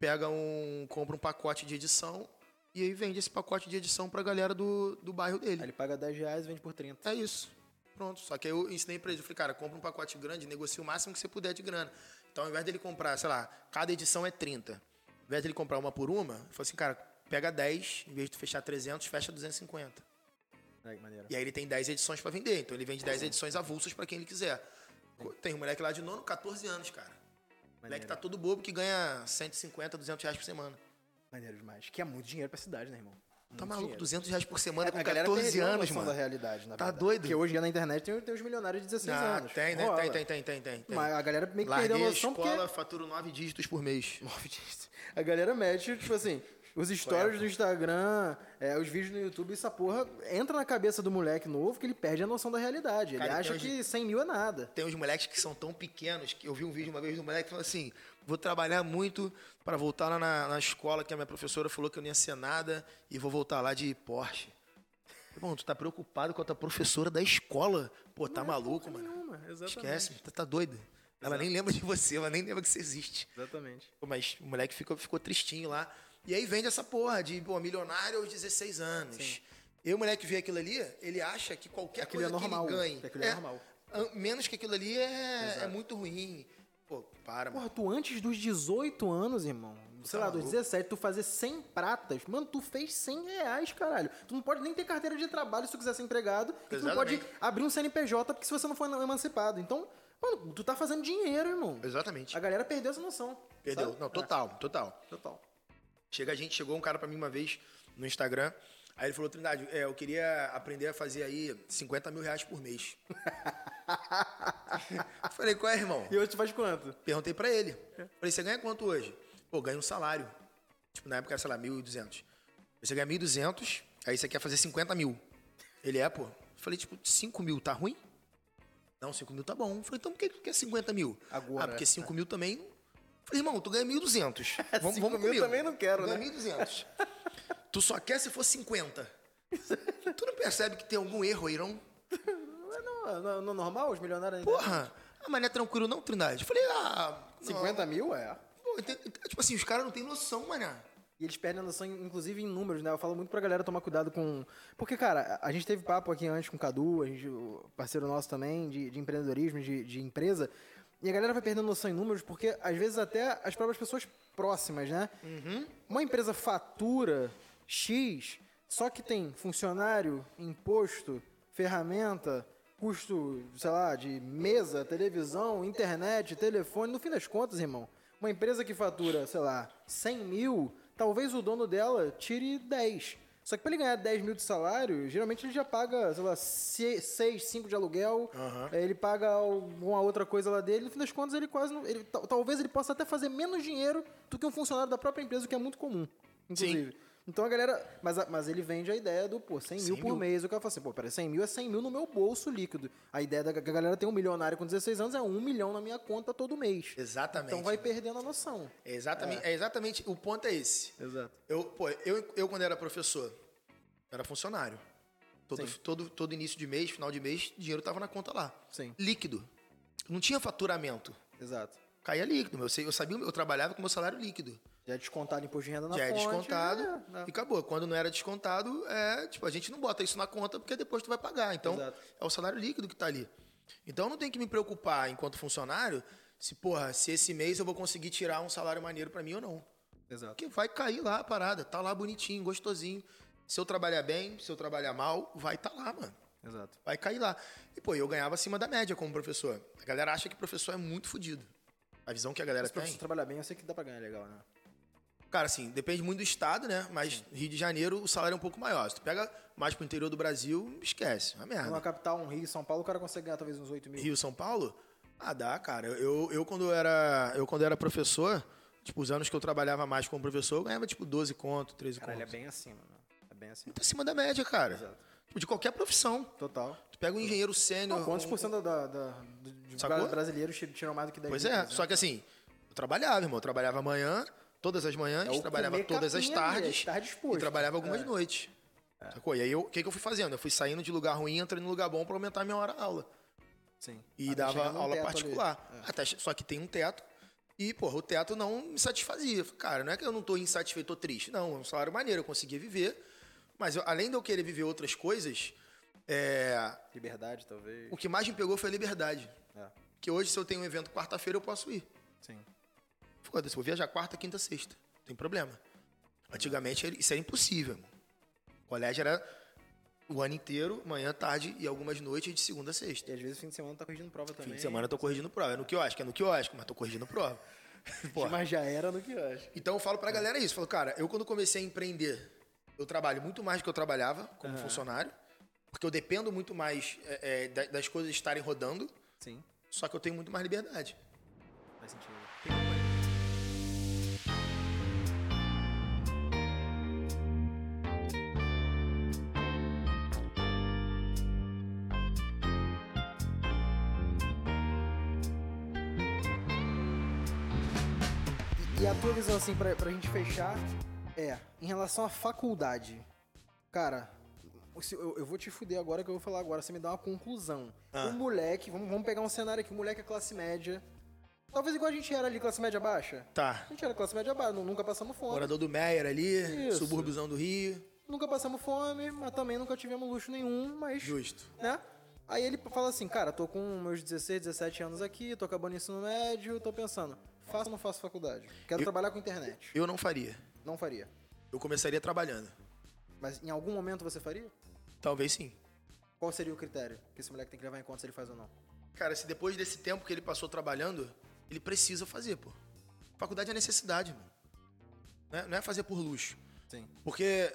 [SPEAKER 1] pega um. compra um pacote de edição e aí vende esse pacote de edição pra galera do, do bairro
[SPEAKER 2] Aí
[SPEAKER 1] dele.
[SPEAKER 2] ele paga 10 reais e vende por 30.
[SPEAKER 1] É isso. Pronto. Só que aí eu ensinei pra ele, eu falei, cara, compra um pacote grande, negocia o máximo que você puder de grana. Então, ao invés dele comprar, sei lá, cada edição é 30. Ao invés dele comprar uma por uma, eu falei assim, cara, pega 10, em vez de tu fechar 300, fecha 250.
[SPEAKER 2] Olha que maneiro.
[SPEAKER 1] E aí ele tem 10 edições pra vender. Então ele vende
[SPEAKER 2] Uhum.
[SPEAKER 1] 10 edições avulsas pra quem ele quiser. Tem um moleque lá de nono, 14 anos, cara. Moleque
[SPEAKER 2] Maneiro.
[SPEAKER 1] tá todo bobo que ganha 150, 200 reais por semana.
[SPEAKER 2] Maneiro demais. Que é muito dinheiro pra cidade, né, irmão?
[SPEAKER 1] Tá
[SPEAKER 2] Muito
[SPEAKER 1] maluco?
[SPEAKER 2] dinheiro.
[SPEAKER 1] 200 reais por semana com
[SPEAKER 2] É A galera
[SPEAKER 1] 14
[SPEAKER 2] perdeu a
[SPEAKER 1] anos,
[SPEAKER 2] noção
[SPEAKER 1] mano.
[SPEAKER 2] da realidade, na
[SPEAKER 1] Tá
[SPEAKER 2] verdade.
[SPEAKER 1] doido?
[SPEAKER 2] Porque hoje em dia na internet tem, tem os milionários de 16
[SPEAKER 1] Ah,
[SPEAKER 2] anos.
[SPEAKER 1] tem, né?
[SPEAKER 2] Rola.
[SPEAKER 1] Tem, tem, tem, tem, tem. tem.
[SPEAKER 2] Mas a galera meio que
[SPEAKER 1] Larguei
[SPEAKER 2] perdeu a
[SPEAKER 1] a
[SPEAKER 2] noção
[SPEAKER 1] escola,
[SPEAKER 2] porque...
[SPEAKER 1] faturo 9 dígitos por mês.
[SPEAKER 2] Nove dias. A galera mete, tipo assim, os stories do Instagram, é, os vídeos no YouTube, essa porra entra na cabeça do moleque novo que ele perde a noção da realidade. Ele
[SPEAKER 1] Cara, tem
[SPEAKER 2] acha
[SPEAKER 1] uns-
[SPEAKER 2] que 100 mil é nada.
[SPEAKER 1] Tem uns moleques que são tão pequenos que eu vi um vídeo uma vez do moleque falando assim: vou trabalhar muito pra voltar lá na, na escola que a minha professora falou que eu não ia ser nada e vou voltar lá de Porsche. Bom, tu tá preocupado com a tua professora da escola? Pô,
[SPEAKER 2] é
[SPEAKER 1] tá maluco, mano. Esquece, tá, tá doida. Ela nem lembra de você, ela nem lembra que você existe.
[SPEAKER 2] Exatamente.
[SPEAKER 1] Pô, Mas o moleque ficou, ficou tristinho lá. E aí vende essa porra de pô, milionário aos 16 anos. E o moleque vê aquilo ali, ele acha que qualquer
[SPEAKER 2] Aquilo é
[SPEAKER 1] coisa
[SPEAKER 2] normal.
[SPEAKER 1] que ele ganhe.
[SPEAKER 2] Que aquilo é normal.
[SPEAKER 1] an- Menos que aquilo ali é, é muito ruim. Pô, para, mano.
[SPEAKER 2] Porra, tu antes dos 18 anos, irmão, sei
[SPEAKER 1] Tá
[SPEAKER 2] lá, dos
[SPEAKER 1] maluco.
[SPEAKER 2] 17, tu fazer 100 pratas, mano, tu fez 100 reais, caralho. Tu não pode nem ter carteira de trabalho se tu quiser ser empregado. E tu não pode
[SPEAKER 1] Exatamente.
[SPEAKER 2] abrir um CNPJ porque se você não for emancipado. Então, mano, tu tá fazendo dinheiro, irmão.
[SPEAKER 1] Exatamente.
[SPEAKER 2] A galera perdeu essa noção.
[SPEAKER 1] Perdeu.
[SPEAKER 2] sabe?
[SPEAKER 1] Não, total, total.
[SPEAKER 2] É, total.
[SPEAKER 1] Chega a gente, chegou um cara pra mim uma vez no Instagram. Aí ele falou, Trindade, é, eu queria aprender a fazer aí 50 mil reais por mês. Eu Falei, qual é, irmão?
[SPEAKER 2] E hoje tu faz quanto?
[SPEAKER 1] Perguntei pra ele.
[SPEAKER 2] É.
[SPEAKER 1] Falei, você ganha quanto hoje? Pô, ganho um salário. Tipo, na época era, sei lá, 1.200. Você ganha 1.200, aí você quer fazer 50 mil. Ele é, pô. Falei, tipo, 5 mil tá ruim? Não, 5 mil tá bom. Falei, então por que tu quer 50 mil?
[SPEAKER 2] Agora.
[SPEAKER 1] Ah, porque 5 mil também... Falei, irmão, tu ganha 1.200. Vamos,
[SPEAKER 2] 5
[SPEAKER 1] vamos
[SPEAKER 2] mil
[SPEAKER 1] comigo.
[SPEAKER 2] também não quero,
[SPEAKER 1] Tu
[SPEAKER 2] né?
[SPEAKER 1] Ganha 1.200. tu só quer se for 50. tu não percebe que tem algum erro aí, não?
[SPEAKER 2] Não é no- no, no normal, os milionários ainda.
[SPEAKER 1] Porra, ah, mas não é tranquilo não, Trindade? Falei, ah... não.
[SPEAKER 2] 50 mil é.
[SPEAKER 1] Pô, ent- ent- tipo assim, os caras não têm noção, mané.
[SPEAKER 2] E eles perdem a noção, inclusive, em números, né? Eu falo muito pra galera tomar cuidado com. Porque, cara, a a gente teve papo aqui antes com o Cadu, a gente, o parceiro nosso também, de, de empreendedorismo, de, de empresa. E a galera vai perdendo noção em números, porque às vezes até as próprias pessoas próximas, né? Uma empresa fatura X, só que tem funcionário, imposto, ferramenta, custo, sei lá, de mesa, televisão, internet, telefone. No fim das contas, irmão, uma empresa que fatura, sei lá, 100 mil, talvez o dono dela tire 10. Só que pra ele ganhar 10 mil de salário, geralmente ele já paga, sei lá, 6, 5 de aluguel, eh, ele paga alguma outra coisa lá dele, no fim das contas ele quase não. ele- tal- talvez ele possa até fazer menos dinheiro do que um funcionário da própria empresa, o que é muito comum, inclusive. Então a galera. Mas, a- mas ele vende a ideia do, pô, 100 mil
[SPEAKER 1] 100
[SPEAKER 2] por
[SPEAKER 1] mil.
[SPEAKER 2] mês. O cara fala assim, pô, peraí, 100 mil é 100 mil no meu bolso líquido. A ideia da que a galera tem um milionário com 16 anos é 1 milhão na minha conta todo mês.
[SPEAKER 1] Exatamente. né?
[SPEAKER 2] Então vai perdendo a noção.
[SPEAKER 1] É exatamente, é exatamente, o ponto é esse.
[SPEAKER 2] Exato.
[SPEAKER 1] Eu, pô, eu, eu quando era professor, era funcionário. Todo, todo, todo início de mês, final de mês, dinheiro tava na conta lá.
[SPEAKER 2] Sim.
[SPEAKER 1] Líquido. Não tinha faturamento.
[SPEAKER 2] Exato.
[SPEAKER 1] Caía líquido. Eu, sei- eu sabia, eu trabalhava com meu salário líquido.
[SPEAKER 2] Já é descontado imposto de renda na
[SPEAKER 1] já é
[SPEAKER 2] fonte,
[SPEAKER 1] descontado
[SPEAKER 2] já é, né?
[SPEAKER 1] e acabou. Quando não era descontado, é tipo, a gente não bota isso na conta porque depois tu vai pagar. Então,
[SPEAKER 2] Exato.
[SPEAKER 1] é o salário líquido que tá ali. Então eu não tenho que me preocupar enquanto funcionário se, porra, se esse mês eu vou conseguir tirar um salário maneiro pra mim ou não.
[SPEAKER 2] Exato.
[SPEAKER 1] Porque vai cair lá a parada, tá lá bonitinho, gostosinho. Se eu trabalhar bem, se eu trabalhar mal, vai tá lá, mano.
[SPEAKER 2] Exato.
[SPEAKER 1] Vai cair lá. E, pô, eu ganhava acima da média como professor. A galera acha que professor é muito fodido. A visão que a galera
[SPEAKER 2] Se pra
[SPEAKER 1] tem.
[SPEAKER 2] você trabalhar bem, eu sei que dá pra ganhar legal, né?
[SPEAKER 1] Cara, assim, depende muito do estado, né? Mas Rio de Janeiro o salário é um pouco maior. Se tu pega mais pro interior do Brasil, esquece. É uma
[SPEAKER 2] Numa
[SPEAKER 1] merda.
[SPEAKER 2] capital, um Rio, São Paulo, o cara consegue ganhar talvez uns 8 mil.
[SPEAKER 1] Rio, São Paulo? Ah, dá, cara. Eu, eu quando era, eu quando era professor, tipo, os anos que eu trabalhava mais como professor, eu ganhava tipo 12 conto, 13
[SPEAKER 2] Caralho, é
[SPEAKER 1] conto.
[SPEAKER 2] bem acima, mano. É bem acima.
[SPEAKER 1] Muito acima da média, cara.
[SPEAKER 2] Exato.
[SPEAKER 1] Tipo, de qualquer profissão.
[SPEAKER 2] Total.
[SPEAKER 1] Tu pega um engenheiro sênior.
[SPEAKER 2] Não, quantos
[SPEAKER 1] um-
[SPEAKER 2] por cento da, da, do- de
[SPEAKER 1] Sacou?
[SPEAKER 2] bra- brasileiros ti- tiram mais do que né? 10
[SPEAKER 1] Pois é, só que assim, eu trabalhava, irmão. Eu trabalhava amanhã, todas as manhãs,
[SPEAKER 2] É o
[SPEAKER 1] trabalhava
[SPEAKER 2] comer
[SPEAKER 1] todas as
[SPEAKER 2] capinha ali, é
[SPEAKER 1] tardes.
[SPEAKER 2] as tardes
[SPEAKER 1] e
[SPEAKER 2] posto.
[SPEAKER 1] trabalhava
[SPEAKER 2] é.
[SPEAKER 1] algumas noites. Sacou? E aí, eu- o que, que eu fui fazendo? Eu fui saindo de lugar ruim, entrando em lugar bom pra aumentar a minha hora aula.
[SPEAKER 2] Sim.
[SPEAKER 1] E
[SPEAKER 2] Até chegar
[SPEAKER 1] dava
[SPEAKER 2] num
[SPEAKER 1] aula
[SPEAKER 2] teto ali. É.
[SPEAKER 1] particular. Até che- só que tem um teto. E, porra, o teto não me satisfazia. Falei, Cara, não é que eu não tô insatisfeito ou triste. Não, é um salário maneiro, eu conseguia viver. Mas eu- além de eu querer viver outras coisas, é,
[SPEAKER 2] Liberdade, talvez.
[SPEAKER 1] o que mais me pegou foi a liberdade.
[SPEAKER 2] É,
[SPEAKER 1] Que hoje, se eu tenho um evento quarta-feira, eu posso ir.
[SPEAKER 2] sim.
[SPEAKER 1] Foda-se, vou viajar quarta, quinta, sexta. Não tem problema. Antigamente era- isso era impossível. irmão. O colégio era o ano inteiro, manhã, tarde e algumas noites de segunda a sexta.
[SPEAKER 2] E às vezes fim de semana tá corrigindo prova também.
[SPEAKER 1] Fim de semana eu tô corrigindo prova. É no quiosque, é no quiosque, mas tô corrigindo prova. Porra.
[SPEAKER 2] Mas já era no quiosque.
[SPEAKER 1] Então eu
[SPEAKER 2] É.
[SPEAKER 1] falo pra galera isso. Falo, cara, eu quando comecei a empreender, eu trabalho muito mais do que eu trabalhava como funcionário, porque eu dependo muito mais é, é, da- das coisas estarem rodando,
[SPEAKER 2] Sim,
[SPEAKER 1] só que eu tenho muito mais liberdade.
[SPEAKER 2] faz sentido. E a tua visão, assim, pra, pra gente fechar, é, em relação à faculdade. Cara, se- eu, eu vou te fuder agora que eu vou falar agora, você me dá uma conclusão.
[SPEAKER 1] Ah.
[SPEAKER 2] O moleque, vamos, vamos pegar um cenário aqui, o moleque é classe média. Talvez igual a gente era ali, classe média baixa.
[SPEAKER 1] Tá.
[SPEAKER 2] A gente era classe média baixa, nu- nunca passamos fome.
[SPEAKER 1] Morador do Meyer ali,
[SPEAKER 2] Isso.
[SPEAKER 1] subúrbiozão do Rio.
[SPEAKER 2] Nunca passamos fome, mas também nunca tivemos luxo nenhum, mas
[SPEAKER 1] Justo.
[SPEAKER 2] né? Aí ele fala assim, cara, tô com meus 16, 17 anos aqui, tô acabando o ensino médio, tô pensando, faço ou não faço faculdade? Quero
[SPEAKER 1] Eu-
[SPEAKER 2] trabalhar com internet.
[SPEAKER 1] Eu não faria.
[SPEAKER 2] Não faria.
[SPEAKER 1] Eu começaria trabalhando.
[SPEAKER 2] Mas em algum momento você faria?
[SPEAKER 1] Talvez sim.
[SPEAKER 2] Qual seria o critério que esse moleque tem que levar em conta se ele faz ou não?
[SPEAKER 1] Cara, se depois desse tempo que ele passou trabalhando, ele precisa fazer, pô. Faculdade é necessidade, mano. Não é- não é fazer por luxo.
[SPEAKER 2] Sim.
[SPEAKER 1] Porque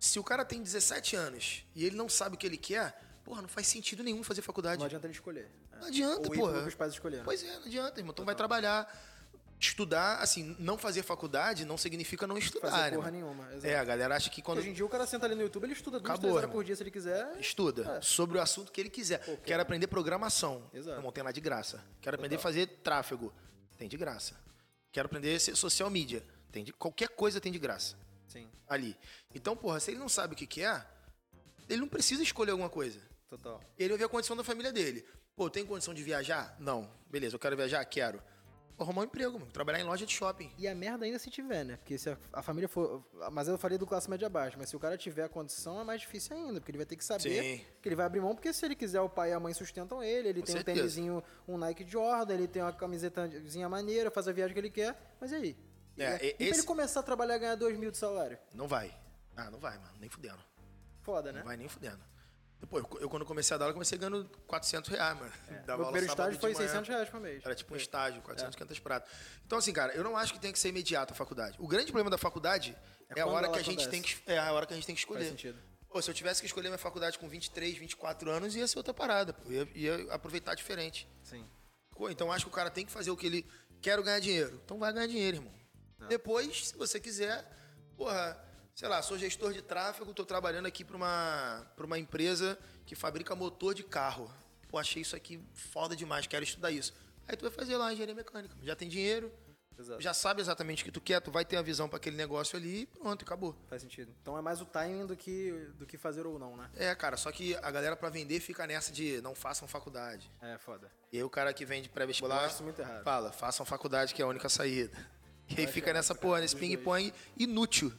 [SPEAKER 1] se o cara tem 17 anos e ele não sabe o que ele quer, porra, não faz sentido nenhum fazer faculdade.
[SPEAKER 2] Não adianta ele escolher. né?
[SPEAKER 1] Não adianta,
[SPEAKER 2] Ou ir
[SPEAKER 1] porra.
[SPEAKER 2] pelo que os pais escolheram.
[SPEAKER 1] Pois é, não adianta, irmão. Então vai trabalhar, estudar, assim, não fazer faculdade não significa não estudar,
[SPEAKER 2] fazer
[SPEAKER 1] né,
[SPEAKER 2] porra
[SPEAKER 1] mano?
[SPEAKER 2] nenhuma. Exato.
[SPEAKER 1] É, a galera acha que quando
[SPEAKER 2] Hoje em dia o cara senta ali no YouTube, ele estuda duas,
[SPEAKER 1] Acabou,
[SPEAKER 2] três horas
[SPEAKER 1] irmão.
[SPEAKER 2] por dia se ele quiser.
[SPEAKER 1] estuda
[SPEAKER 2] É.
[SPEAKER 1] sobre o assunto que ele quiser. Quero aprender programação.
[SPEAKER 2] Exato.
[SPEAKER 1] Irmão, tem lá de graça. Quero aprender a fazer tráfego. Tem de graça. Quero aprender a ser social media. Tem de qualquer coisa tem de graça.
[SPEAKER 2] Sim,
[SPEAKER 1] ali. Então, porra, se ele não sabe o que, que é, ele não precisa escolher alguma coisa.
[SPEAKER 2] total.
[SPEAKER 1] Ele vai ver a condição da família dele. Pô, tem condição de viajar? Não. Beleza, eu quero viajar? Quero. Vou arrumar um emprego, mano. Trabalhar em loja de shopping.
[SPEAKER 2] E a merda ainda se tiver, né? Porque se a, a família for. Mas eu faria do classe média baixa, mas se o cara tiver a condição é mais difícil ainda, porque ele vai ter que saber
[SPEAKER 1] Sim.
[SPEAKER 2] que ele vai abrir mão, porque se ele quiser, o pai e a mãe sustentam ele, ele
[SPEAKER 1] Com
[SPEAKER 2] tem um
[SPEAKER 1] certeza.
[SPEAKER 2] tênisinho, um Nike Jordan, ele tem uma camisetazinha maneira, faz a viagem que ele quer, mas e aí?
[SPEAKER 1] É,
[SPEAKER 2] e,
[SPEAKER 1] e-
[SPEAKER 2] e pra
[SPEAKER 1] esse-
[SPEAKER 2] ele começar a trabalhar e ganhar dois mil de salário?
[SPEAKER 1] Não vai. Ah, não vai, mano. Nem fudendo.
[SPEAKER 2] Foda,
[SPEAKER 1] Não
[SPEAKER 2] né?
[SPEAKER 1] vai nem fudendo. Pô, eu, eu quando comecei a dar aula, eu comecei ganhando 400 reais, mano. Dava
[SPEAKER 2] É. Meu
[SPEAKER 1] aula
[SPEAKER 2] primeiro
[SPEAKER 1] sábado
[SPEAKER 2] estágio foi
[SPEAKER 1] de manhã.
[SPEAKER 2] 600 reais É. por mês.
[SPEAKER 1] Era tipo um estágio, 400, 500 pratos. Então, assim, cara, eu não acho que tenha que ser imediato a faculdade. O grande problema da faculdade
[SPEAKER 2] É
[SPEAKER 1] é, a
[SPEAKER 2] quando
[SPEAKER 1] hora
[SPEAKER 2] ela
[SPEAKER 1] que a gente
[SPEAKER 2] acontece.
[SPEAKER 1] tem que é a hora que a gente tem que escolher.
[SPEAKER 2] Faz sentido.
[SPEAKER 1] Pô, se eu tivesse que escolher minha faculdade com 23, 24 anos, ia ser outra parada, pô. Ia, ia aproveitar diferente.
[SPEAKER 2] Sim.
[SPEAKER 1] Pô, então acho que o cara tem que fazer o que ele quero ganhar dinheiro. Então vai ganhar dinheiro, irmão. Depois, se você quiser, porra, sei lá, sou gestor de tráfego, tô trabalhando aqui pra uma, pra uma empresa que fabrica motor de carro. Pô, achei isso aqui foda demais, quero estudar isso. Aí tu vai fazer lá engenharia mecânica. Já tem dinheiro,
[SPEAKER 2] Exato.
[SPEAKER 1] já sabe exatamente o que tu quer, tu vai ter a visão pra aquele negócio ali e pronto, acabou.
[SPEAKER 2] Faz sentido. Então é mais o timing do que, do que fazer ou não, né?
[SPEAKER 1] É, cara, só que a galera pra vender fica nessa de não façam faculdade.
[SPEAKER 2] É, foda.
[SPEAKER 1] E aí o cara que vende
[SPEAKER 2] Eu
[SPEAKER 1] pré-vestibular
[SPEAKER 2] acho isso muito errado.
[SPEAKER 1] fala, façam faculdade que é a única saída. E aí
[SPEAKER 2] acho é
[SPEAKER 1] fica
[SPEAKER 2] errado,
[SPEAKER 1] nessa
[SPEAKER 2] cara,
[SPEAKER 1] porra, nesse
[SPEAKER 2] dos dois.
[SPEAKER 1] ping-pong inútil.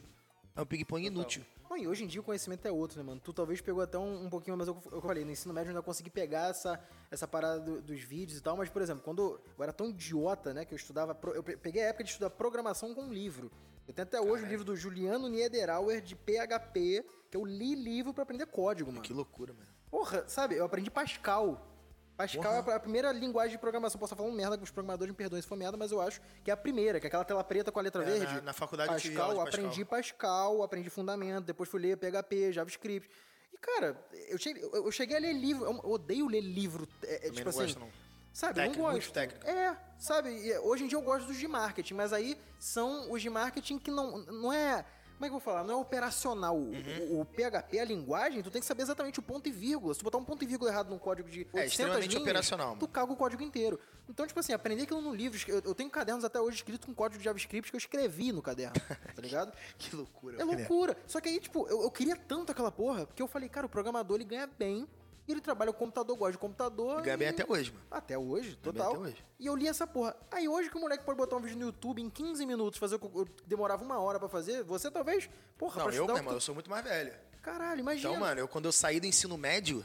[SPEAKER 1] É um ping-pong inútil.
[SPEAKER 2] Então. Não, e hoje em dia o conhecimento é outro, né, mano? Tu talvez pegou até um, um pouquinho, mas eu, eu falei, no ensino médio eu ainda consegui pegar essa, essa parada do- dos vídeos e tal, mas, por exemplo, quando eu era tão idiota, né, que eu estudava. pro- Eu pe- peguei a época de estudar programação com um livro. Eu tenho até hoje o livro do Juliano Niederauer de PHP, que eu li livro pra aprender código, mano.
[SPEAKER 1] Que loucura, mano.
[SPEAKER 2] Porra, sabe, eu aprendi Pascal. Pascal é a primeira linguagem de programação. Posso estar falando merda, que os programadores me perdoem se for merda, mas eu acho que é a primeira, que é aquela tela preta com a letra
[SPEAKER 1] É,
[SPEAKER 2] verde.
[SPEAKER 1] na- na faculdade eu
[SPEAKER 2] Pascal,
[SPEAKER 1] tive aula de Pascal.
[SPEAKER 2] aprendi Pascal, aprendi fundamento, depois fui ler PHP, JavaScript. E, cara, eu cheguei, eu eu cheguei a ler livro. Eu odeio ler livro. É, é, tipo
[SPEAKER 1] não
[SPEAKER 2] assim.
[SPEAKER 1] gosto, não.
[SPEAKER 2] Sabe,
[SPEAKER 1] Técnico,
[SPEAKER 2] não
[SPEAKER 1] muito
[SPEAKER 2] gosto.
[SPEAKER 1] técnico.
[SPEAKER 2] É, sabe, e hoje em dia eu gosto dos de marketing, mas aí são os de marketing que não, não é Como é que eu vou falar? Não é operacional. O-
[SPEAKER 1] Uhum.
[SPEAKER 2] O, o PHP, a linguagem, tu tem que saber exatamente o ponto e vírgula. Se tu botar um ponto e vírgula errado num código de 800
[SPEAKER 1] É, extremamente
[SPEAKER 2] linhas,
[SPEAKER 1] operacional, mano.
[SPEAKER 2] tu caga o código inteiro. Então, tipo assim, aprender aquilo no livro. Eu, eu tenho cadernos até hoje escritos com código de JavaScript que eu escrevi no caderno, tá ligado?
[SPEAKER 1] Que loucura.
[SPEAKER 2] É
[SPEAKER 1] cara.
[SPEAKER 2] loucura. Só que aí, tipo, eu, eu queria tanto aquela porra, porque eu falei, cara, o programador ele ganha bem, e ele trabalha com computador, gosta de computador.
[SPEAKER 1] Ganha bem
[SPEAKER 2] e-
[SPEAKER 1] é até hoje, mano.
[SPEAKER 2] Até hoje,
[SPEAKER 1] Ganha bem
[SPEAKER 2] total.
[SPEAKER 1] até hoje.
[SPEAKER 2] E eu li essa porra. Aí hoje que o moleque pode botar um vídeo no YouTube em 15 minutos, fazer o que eu demorava uma hora pra fazer, você talvez, porra,
[SPEAKER 1] Não,
[SPEAKER 2] pra
[SPEAKER 1] eu,
[SPEAKER 2] estudar
[SPEAKER 1] meu
[SPEAKER 2] o
[SPEAKER 1] irmão,
[SPEAKER 2] que
[SPEAKER 1] eu sou muito mais velho.
[SPEAKER 2] tu- Caralho, imagina.
[SPEAKER 1] Então, mano, eu quando eu saí do ensino médio.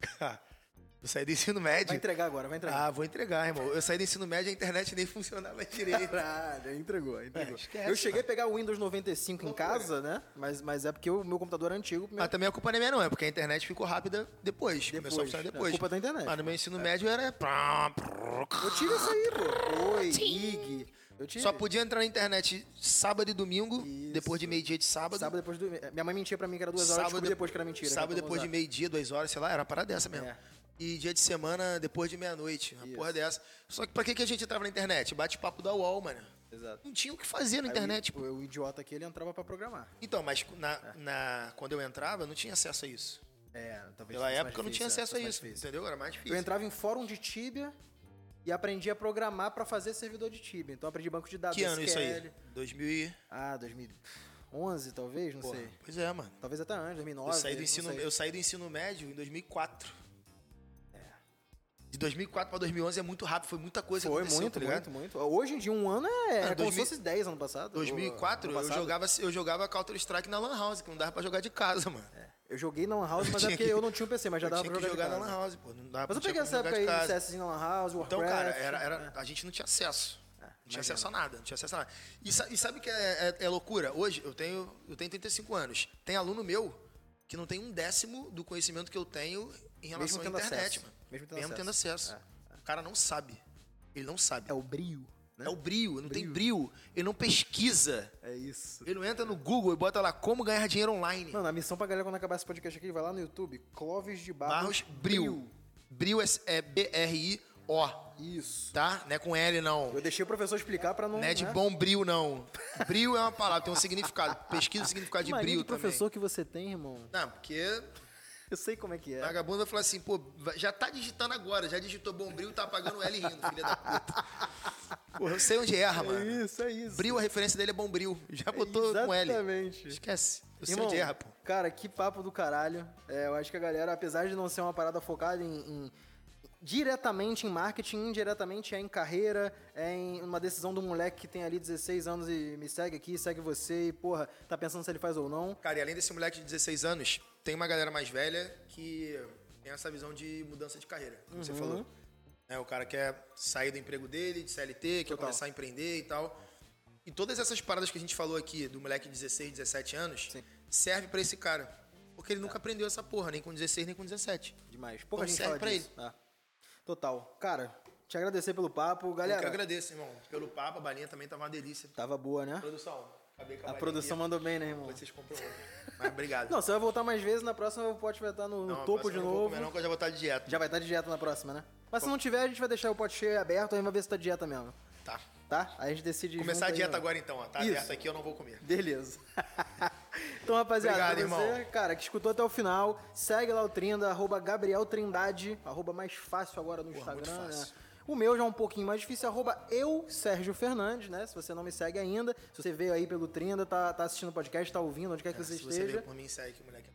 [SPEAKER 1] eu saí do ensino
[SPEAKER 2] vai
[SPEAKER 1] médio.
[SPEAKER 2] entregar agora, vai entregar.
[SPEAKER 1] Ah, vou entregar, irmão. Eu saí do ensino médio, a internet nem funcionava direito.
[SPEAKER 2] Caralho, entregou, entregou.
[SPEAKER 1] É, esquece,
[SPEAKER 2] eu cheguei a pegar o Windows 95 em casa, né? Mas, mas é porque o meu computador era antigo. meu-
[SPEAKER 1] Mas também a culpa não é minha, não. É porque a internet ficou rápida depois. Começou a
[SPEAKER 2] Depois.
[SPEAKER 1] funcionar
[SPEAKER 2] É,
[SPEAKER 1] depois.
[SPEAKER 2] culpa da internet. É.
[SPEAKER 1] Mas no meu ensino médio era.
[SPEAKER 2] Eu tive isso aí, pô. Oi, IG. Eu tive.
[SPEAKER 1] Só podia entrar na internet sábado e domingo,
[SPEAKER 2] Isso.
[SPEAKER 1] depois de meio-dia de sábado.
[SPEAKER 2] Sábado depois do. Minha mãe mentia pra mim que era duas horas, sábado
[SPEAKER 1] de-
[SPEAKER 2] depois que era mentira.
[SPEAKER 1] Sábado
[SPEAKER 2] que eu tô
[SPEAKER 1] depois de
[SPEAKER 2] usando.
[SPEAKER 1] meio-dia, duas horas, sei lá, era uma parada dessa mesmo.
[SPEAKER 2] É.
[SPEAKER 1] E dia de semana depois de meia-noite, uma porra dessa. Só que pra que, que a gente entrava na internet? Bate-papo da UOL, mano.
[SPEAKER 2] Exato.
[SPEAKER 1] Não tinha o que fazer na
[SPEAKER 2] Aí
[SPEAKER 1] internet.
[SPEAKER 2] o, o idiota aqui, ele entrava pra programar.
[SPEAKER 1] Então, mas na, na- quando eu entrava, eu não tinha acesso a isso.
[SPEAKER 2] É, talvez.
[SPEAKER 1] Pela
[SPEAKER 2] fosse
[SPEAKER 1] época, eu
[SPEAKER 2] mais
[SPEAKER 1] não tinha
[SPEAKER 2] difícil,
[SPEAKER 1] acesso a
[SPEAKER 2] é, mais
[SPEAKER 1] isso,
[SPEAKER 2] difícil.
[SPEAKER 1] entendeu? Era mais
[SPEAKER 2] Eu
[SPEAKER 1] difícil.
[SPEAKER 2] entrava em fórum de Tibia e aprendi a programar pra fazer servidor de Tibia. Então, eu aprendi banco de dados
[SPEAKER 1] Que ano isso aí?
[SPEAKER 2] SQL.
[SPEAKER 1] 2000 e...
[SPEAKER 2] Ah, 2011, talvez, não
[SPEAKER 1] Porra,
[SPEAKER 2] sei.
[SPEAKER 1] Pois é, mano.
[SPEAKER 2] Talvez até antes, 2009.
[SPEAKER 1] Eu saí, do
[SPEAKER 2] não
[SPEAKER 1] ensino,
[SPEAKER 2] sei.
[SPEAKER 1] eu saí do ensino médio em 2004.
[SPEAKER 2] É.
[SPEAKER 1] De 2004 pra 2011 é muito rápido, foi muita coisa que
[SPEAKER 2] Foi
[SPEAKER 1] aconteceu,
[SPEAKER 2] muito,
[SPEAKER 1] tá ligado?
[SPEAKER 2] muito, muito. Hoje em dia, um ano é,
[SPEAKER 1] Ah,
[SPEAKER 2] é como
[SPEAKER 1] 2000
[SPEAKER 2] se fosse 10 ano passado.
[SPEAKER 1] 2004,
[SPEAKER 2] Ano
[SPEAKER 1] eu
[SPEAKER 2] passado.
[SPEAKER 1] jogava, eu jogava Counter Strike na Lan House, que não dava pra jogar de casa, mano.
[SPEAKER 2] Eu joguei na Lan House, mas é
[SPEAKER 1] tinha
[SPEAKER 2] porque
[SPEAKER 1] que-
[SPEAKER 2] eu não tinha um PC, mas É, já
[SPEAKER 1] eu
[SPEAKER 2] dava
[SPEAKER 1] tinha
[SPEAKER 2] pra
[SPEAKER 1] que
[SPEAKER 2] jogar.
[SPEAKER 1] jogar
[SPEAKER 2] de
[SPEAKER 1] na
[SPEAKER 2] casa.
[SPEAKER 1] Lan House, pô. Não dava
[SPEAKER 2] Mas eu
[SPEAKER 1] não tinha
[SPEAKER 2] peguei essa
[SPEAKER 1] como jogar
[SPEAKER 2] época
[SPEAKER 1] de
[SPEAKER 2] aí do
[SPEAKER 1] casa.
[SPEAKER 2] CSzinho na Lan House, Warcraft.
[SPEAKER 1] Então, cara, era, era-
[SPEAKER 2] É.
[SPEAKER 1] a gente não tinha acesso. Não tinha
[SPEAKER 2] imagina.
[SPEAKER 1] acesso a nada, não tinha acesso a nada. E, sa- e sabe o que é, é- é loucura? Hoje eu tenho, eu tenho 35 anos. Tem aluno meu que não tem um décimo do conhecimento que eu tenho em relação à
[SPEAKER 2] tendo
[SPEAKER 1] internet,
[SPEAKER 2] acesso.
[SPEAKER 1] mano.
[SPEAKER 2] Mesmo tendo
[SPEAKER 1] acesso.
[SPEAKER 2] acesso.
[SPEAKER 1] O cara não sabe. Ele não sabe.
[SPEAKER 2] É o brio, né?
[SPEAKER 1] É o brio, não tem brio. Ele não pesquisa.
[SPEAKER 2] É isso.
[SPEAKER 1] Ele não entra no Google e bota lá como ganhar dinheiro online.
[SPEAKER 2] Mano, a missão pra galera quando acabar esse podcast aqui, vai lá no YouTube, Clóvis de Barros,
[SPEAKER 1] Barros Bril. Bril é- é B-R-I-O,
[SPEAKER 2] Isso.
[SPEAKER 1] tá? Não é com L, não.
[SPEAKER 2] Eu deixei o professor explicar pra não...
[SPEAKER 1] Não é de
[SPEAKER 2] né?
[SPEAKER 1] bom bril, não. Bril é uma palavra, tem um significado. Pesquisa o significado de
[SPEAKER 2] Mania
[SPEAKER 1] bril
[SPEAKER 2] de professor que você tem, irmão.
[SPEAKER 1] também. Não, porque
[SPEAKER 2] Eu sei como é que é.
[SPEAKER 1] vagabundo vai falar assim, pô, vai- já tá digitando agora, já digitou bom bril, tá apagando o L rindo, filha da puta. Porra, eu sei onde erra, mano.
[SPEAKER 2] É isso, é isso.
[SPEAKER 1] Bril, a referência dele é bom bril. Já botou com L.
[SPEAKER 2] Exatamente.
[SPEAKER 1] Esquece. Eu sei
[SPEAKER 2] Irmão,
[SPEAKER 1] onde erra, pô.
[SPEAKER 2] Cara, que papo do caralho. É, eu acho que a galera, apesar de não ser uma parada focada em, em- diretamente em marketing, indiretamente é em carreira, é em uma decisão do moleque que tem ali 16 anos e me segue aqui, segue você e, porra, tá pensando se ele faz ou não.
[SPEAKER 1] Cara, e além desse moleque de 16 anos, tem uma galera mais velha que tem essa visão de mudança de carreira, como
[SPEAKER 2] Uhum.
[SPEAKER 1] você falou. É, o cara quer sair do emprego dele, de CLT, quer
[SPEAKER 2] Total.
[SPEAKER 1] começar a empreender e tal. E todas essas paradas que a gente falou aqui, do moleque de 16, 17 anos,
[SPEAKER 2] Sim.
[SPEAKER 1] serve pra esse cara. Porque ele nunca aprendeu essa porra, nem com 16, nem com 17.
[SPEAKER 2] Demais. Pouca
[SPEAKER 1] Então
[SPEAKER 2] gente
[SPEAKER 1] serve
[SPEAKER 2] fala
[SPEAKER 1] pra
[SPEAKER 2] disso. Ah, total. Cara, te agradecer pelo papo.
[SPEAKER 1] Eu que
[SPEAKER 2] Galera,
[SPEAKER 1] agradeço, irmão. Pelo papo, a balinha também tava uma delícia.
[SPEAKER 2] tava boa, né?
[SPEAKER 1] Produção, acabei com a,
[SPEAKER 2] A
[SPEAKER 1] balinha
[SPEAKER 2] produção
[SPEAKER 1] aqui.
[SPEAKER 2] mandou bem, né, irmão?
[SPEAKER 1] Depois vocês compram outra. Mas obrigado.
[SPEAKER 2] Não, você vai voltar mais vezes. Na próxima eu posso vai estar no, no
[SPEAKER 1] Não,
[SPEAKER 2] topo
[SPEAKER 1] próxima
[SPEAKER 2] de
[SPEAKER 1] eu não vou
[SPEAKER 2] novo.
[SPEAKER 1] comer não, que eu já vou estar de dieta.
[SPEAKER 2] Já vai estar de dieta na próxima, né? Mas se não tiver, a gente vai deixar o pote cheio aberto, aí vai ver se tá de dieta mesmo.
[SPEAKER 1] Tá.
[SPEAKER 2] Tá? Aí a gente decide. junto
[SPEAKER 1] Começar a
[SPEAKER 2] aí,
[SPEAKER 1] dieta
[SPEAKER 2] ó.
[SPEAKER 1] agora então, ó. Tá
[SPEAKER 2] Isso.
[SPEAKER 1] aberto aqui, eu não vou comer.
[SPEAKER 2] Beleza. então, rapaziada,
[SPEAKER 1] Obrigado,
[SPEAKER 2] pra você,
[SPEAKER 1] irmão.
[SPEAKER 2] cara, que escutou até o final, segue lá o Trinda, arroba Gabriel Trindade, arroba mais fácil agora no
[SPEAKER 1] Porra, muito
[SPEAKER 2] Instagram, né?
[SPEAKER 1] fácil.
[SPEAKER 2] O meu já é um pouquinho mais difícil, arroba eu, Sérgio Fernandes, né? Se você não me segue ainda, se você veio aí pelo Trinda, tá, tá assistindo o podcast, tá ouvindo, onde quer que você
[SPEAKER 1] É, Se você
[SPEAKER 2] esteja,
[SPEAKER 1] veio por mim, segue que moleque.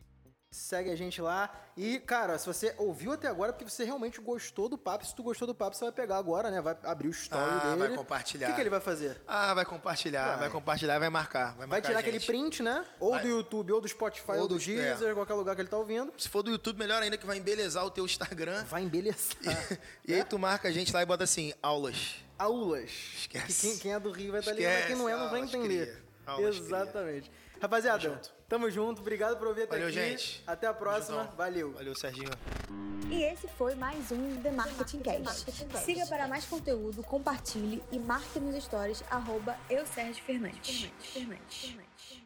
[SPEAKER 2] segue a gente lá. E, cara, se você ouviu até agora, é porque você realmente gostou do papo, se tu gostou do papo, você vai pegar agora, né? Vai abrir o story
[SPEAKER 1] Ah, vai
[SPEAKER 2] dele.
[SPEAKER 1] compartilhar.
[SPEAKER 2] O que que ele vai fazer?
[SPEAKER 1] Ah, vai compartilhar, vai, compartilhar, vai marcar. Vai,
[SPEAKER 2] Vai
[SPEAKER 1] marcar
[SPEAKER 2] tirar
[SPEAKER 1] a gente.
[SPEAKER 2] aquele print, né? Ou
[SPEAKER 1] Vai.
[SPEAKER 2] do YouTube, ou do Spotify,
[SPEAKER 1] Ou
[SPEAKER 2] ou,
[SPEAKER 1] do-
[SPEAKER 2] do Deezer,
[SPEAKER 1] é.
[SPEAKER 2] qualquer lugar que ele tá ouvindo.
[SPEAKER 1] Se for do YouTube, melhor ainda que vai embelezar o teu Instagram.
[SPEAKER 2] Vai embelezar. né?
[SPEAKER 1] E aí tu marca a gente lá e bota assim, aulas.
[SPEAKER 2] Aulas.
[SPEAKER 1] Esquece.
[SPEAKER 2] Que quem, quem é do Rio vai estar tá ligado,
[SPEAKER 1] Esquece,
[SPEAKER 2] quem não é não vai
[SPEAKER 1] aulas,
[SPEAKER 2] entender.
[SPEAKER 1] cria. Aulas, cria.
[SPEAKER 2] Exatamente. Rapaziada, tamo junto. Obrigado por ouvir até
[SPEAKER 1] Valeu,
[SPEAKER 2] aqui.
[SPEAKER 1] gente.
[SPEAKER 2] Até a próxima.
[SPEAKER 1] Juntão.
[SPEAKER 2] Valeu.
[SPEAKER 1] Valeu, Serginho.
[SPEAKER 4] E esse foi mais um The Marketing Cast. Siga para mais conteúdo, compartilhe e marque nos stories arroba eu, Sérgio Fernandes. Fernandes, Fernandes, Fernandes.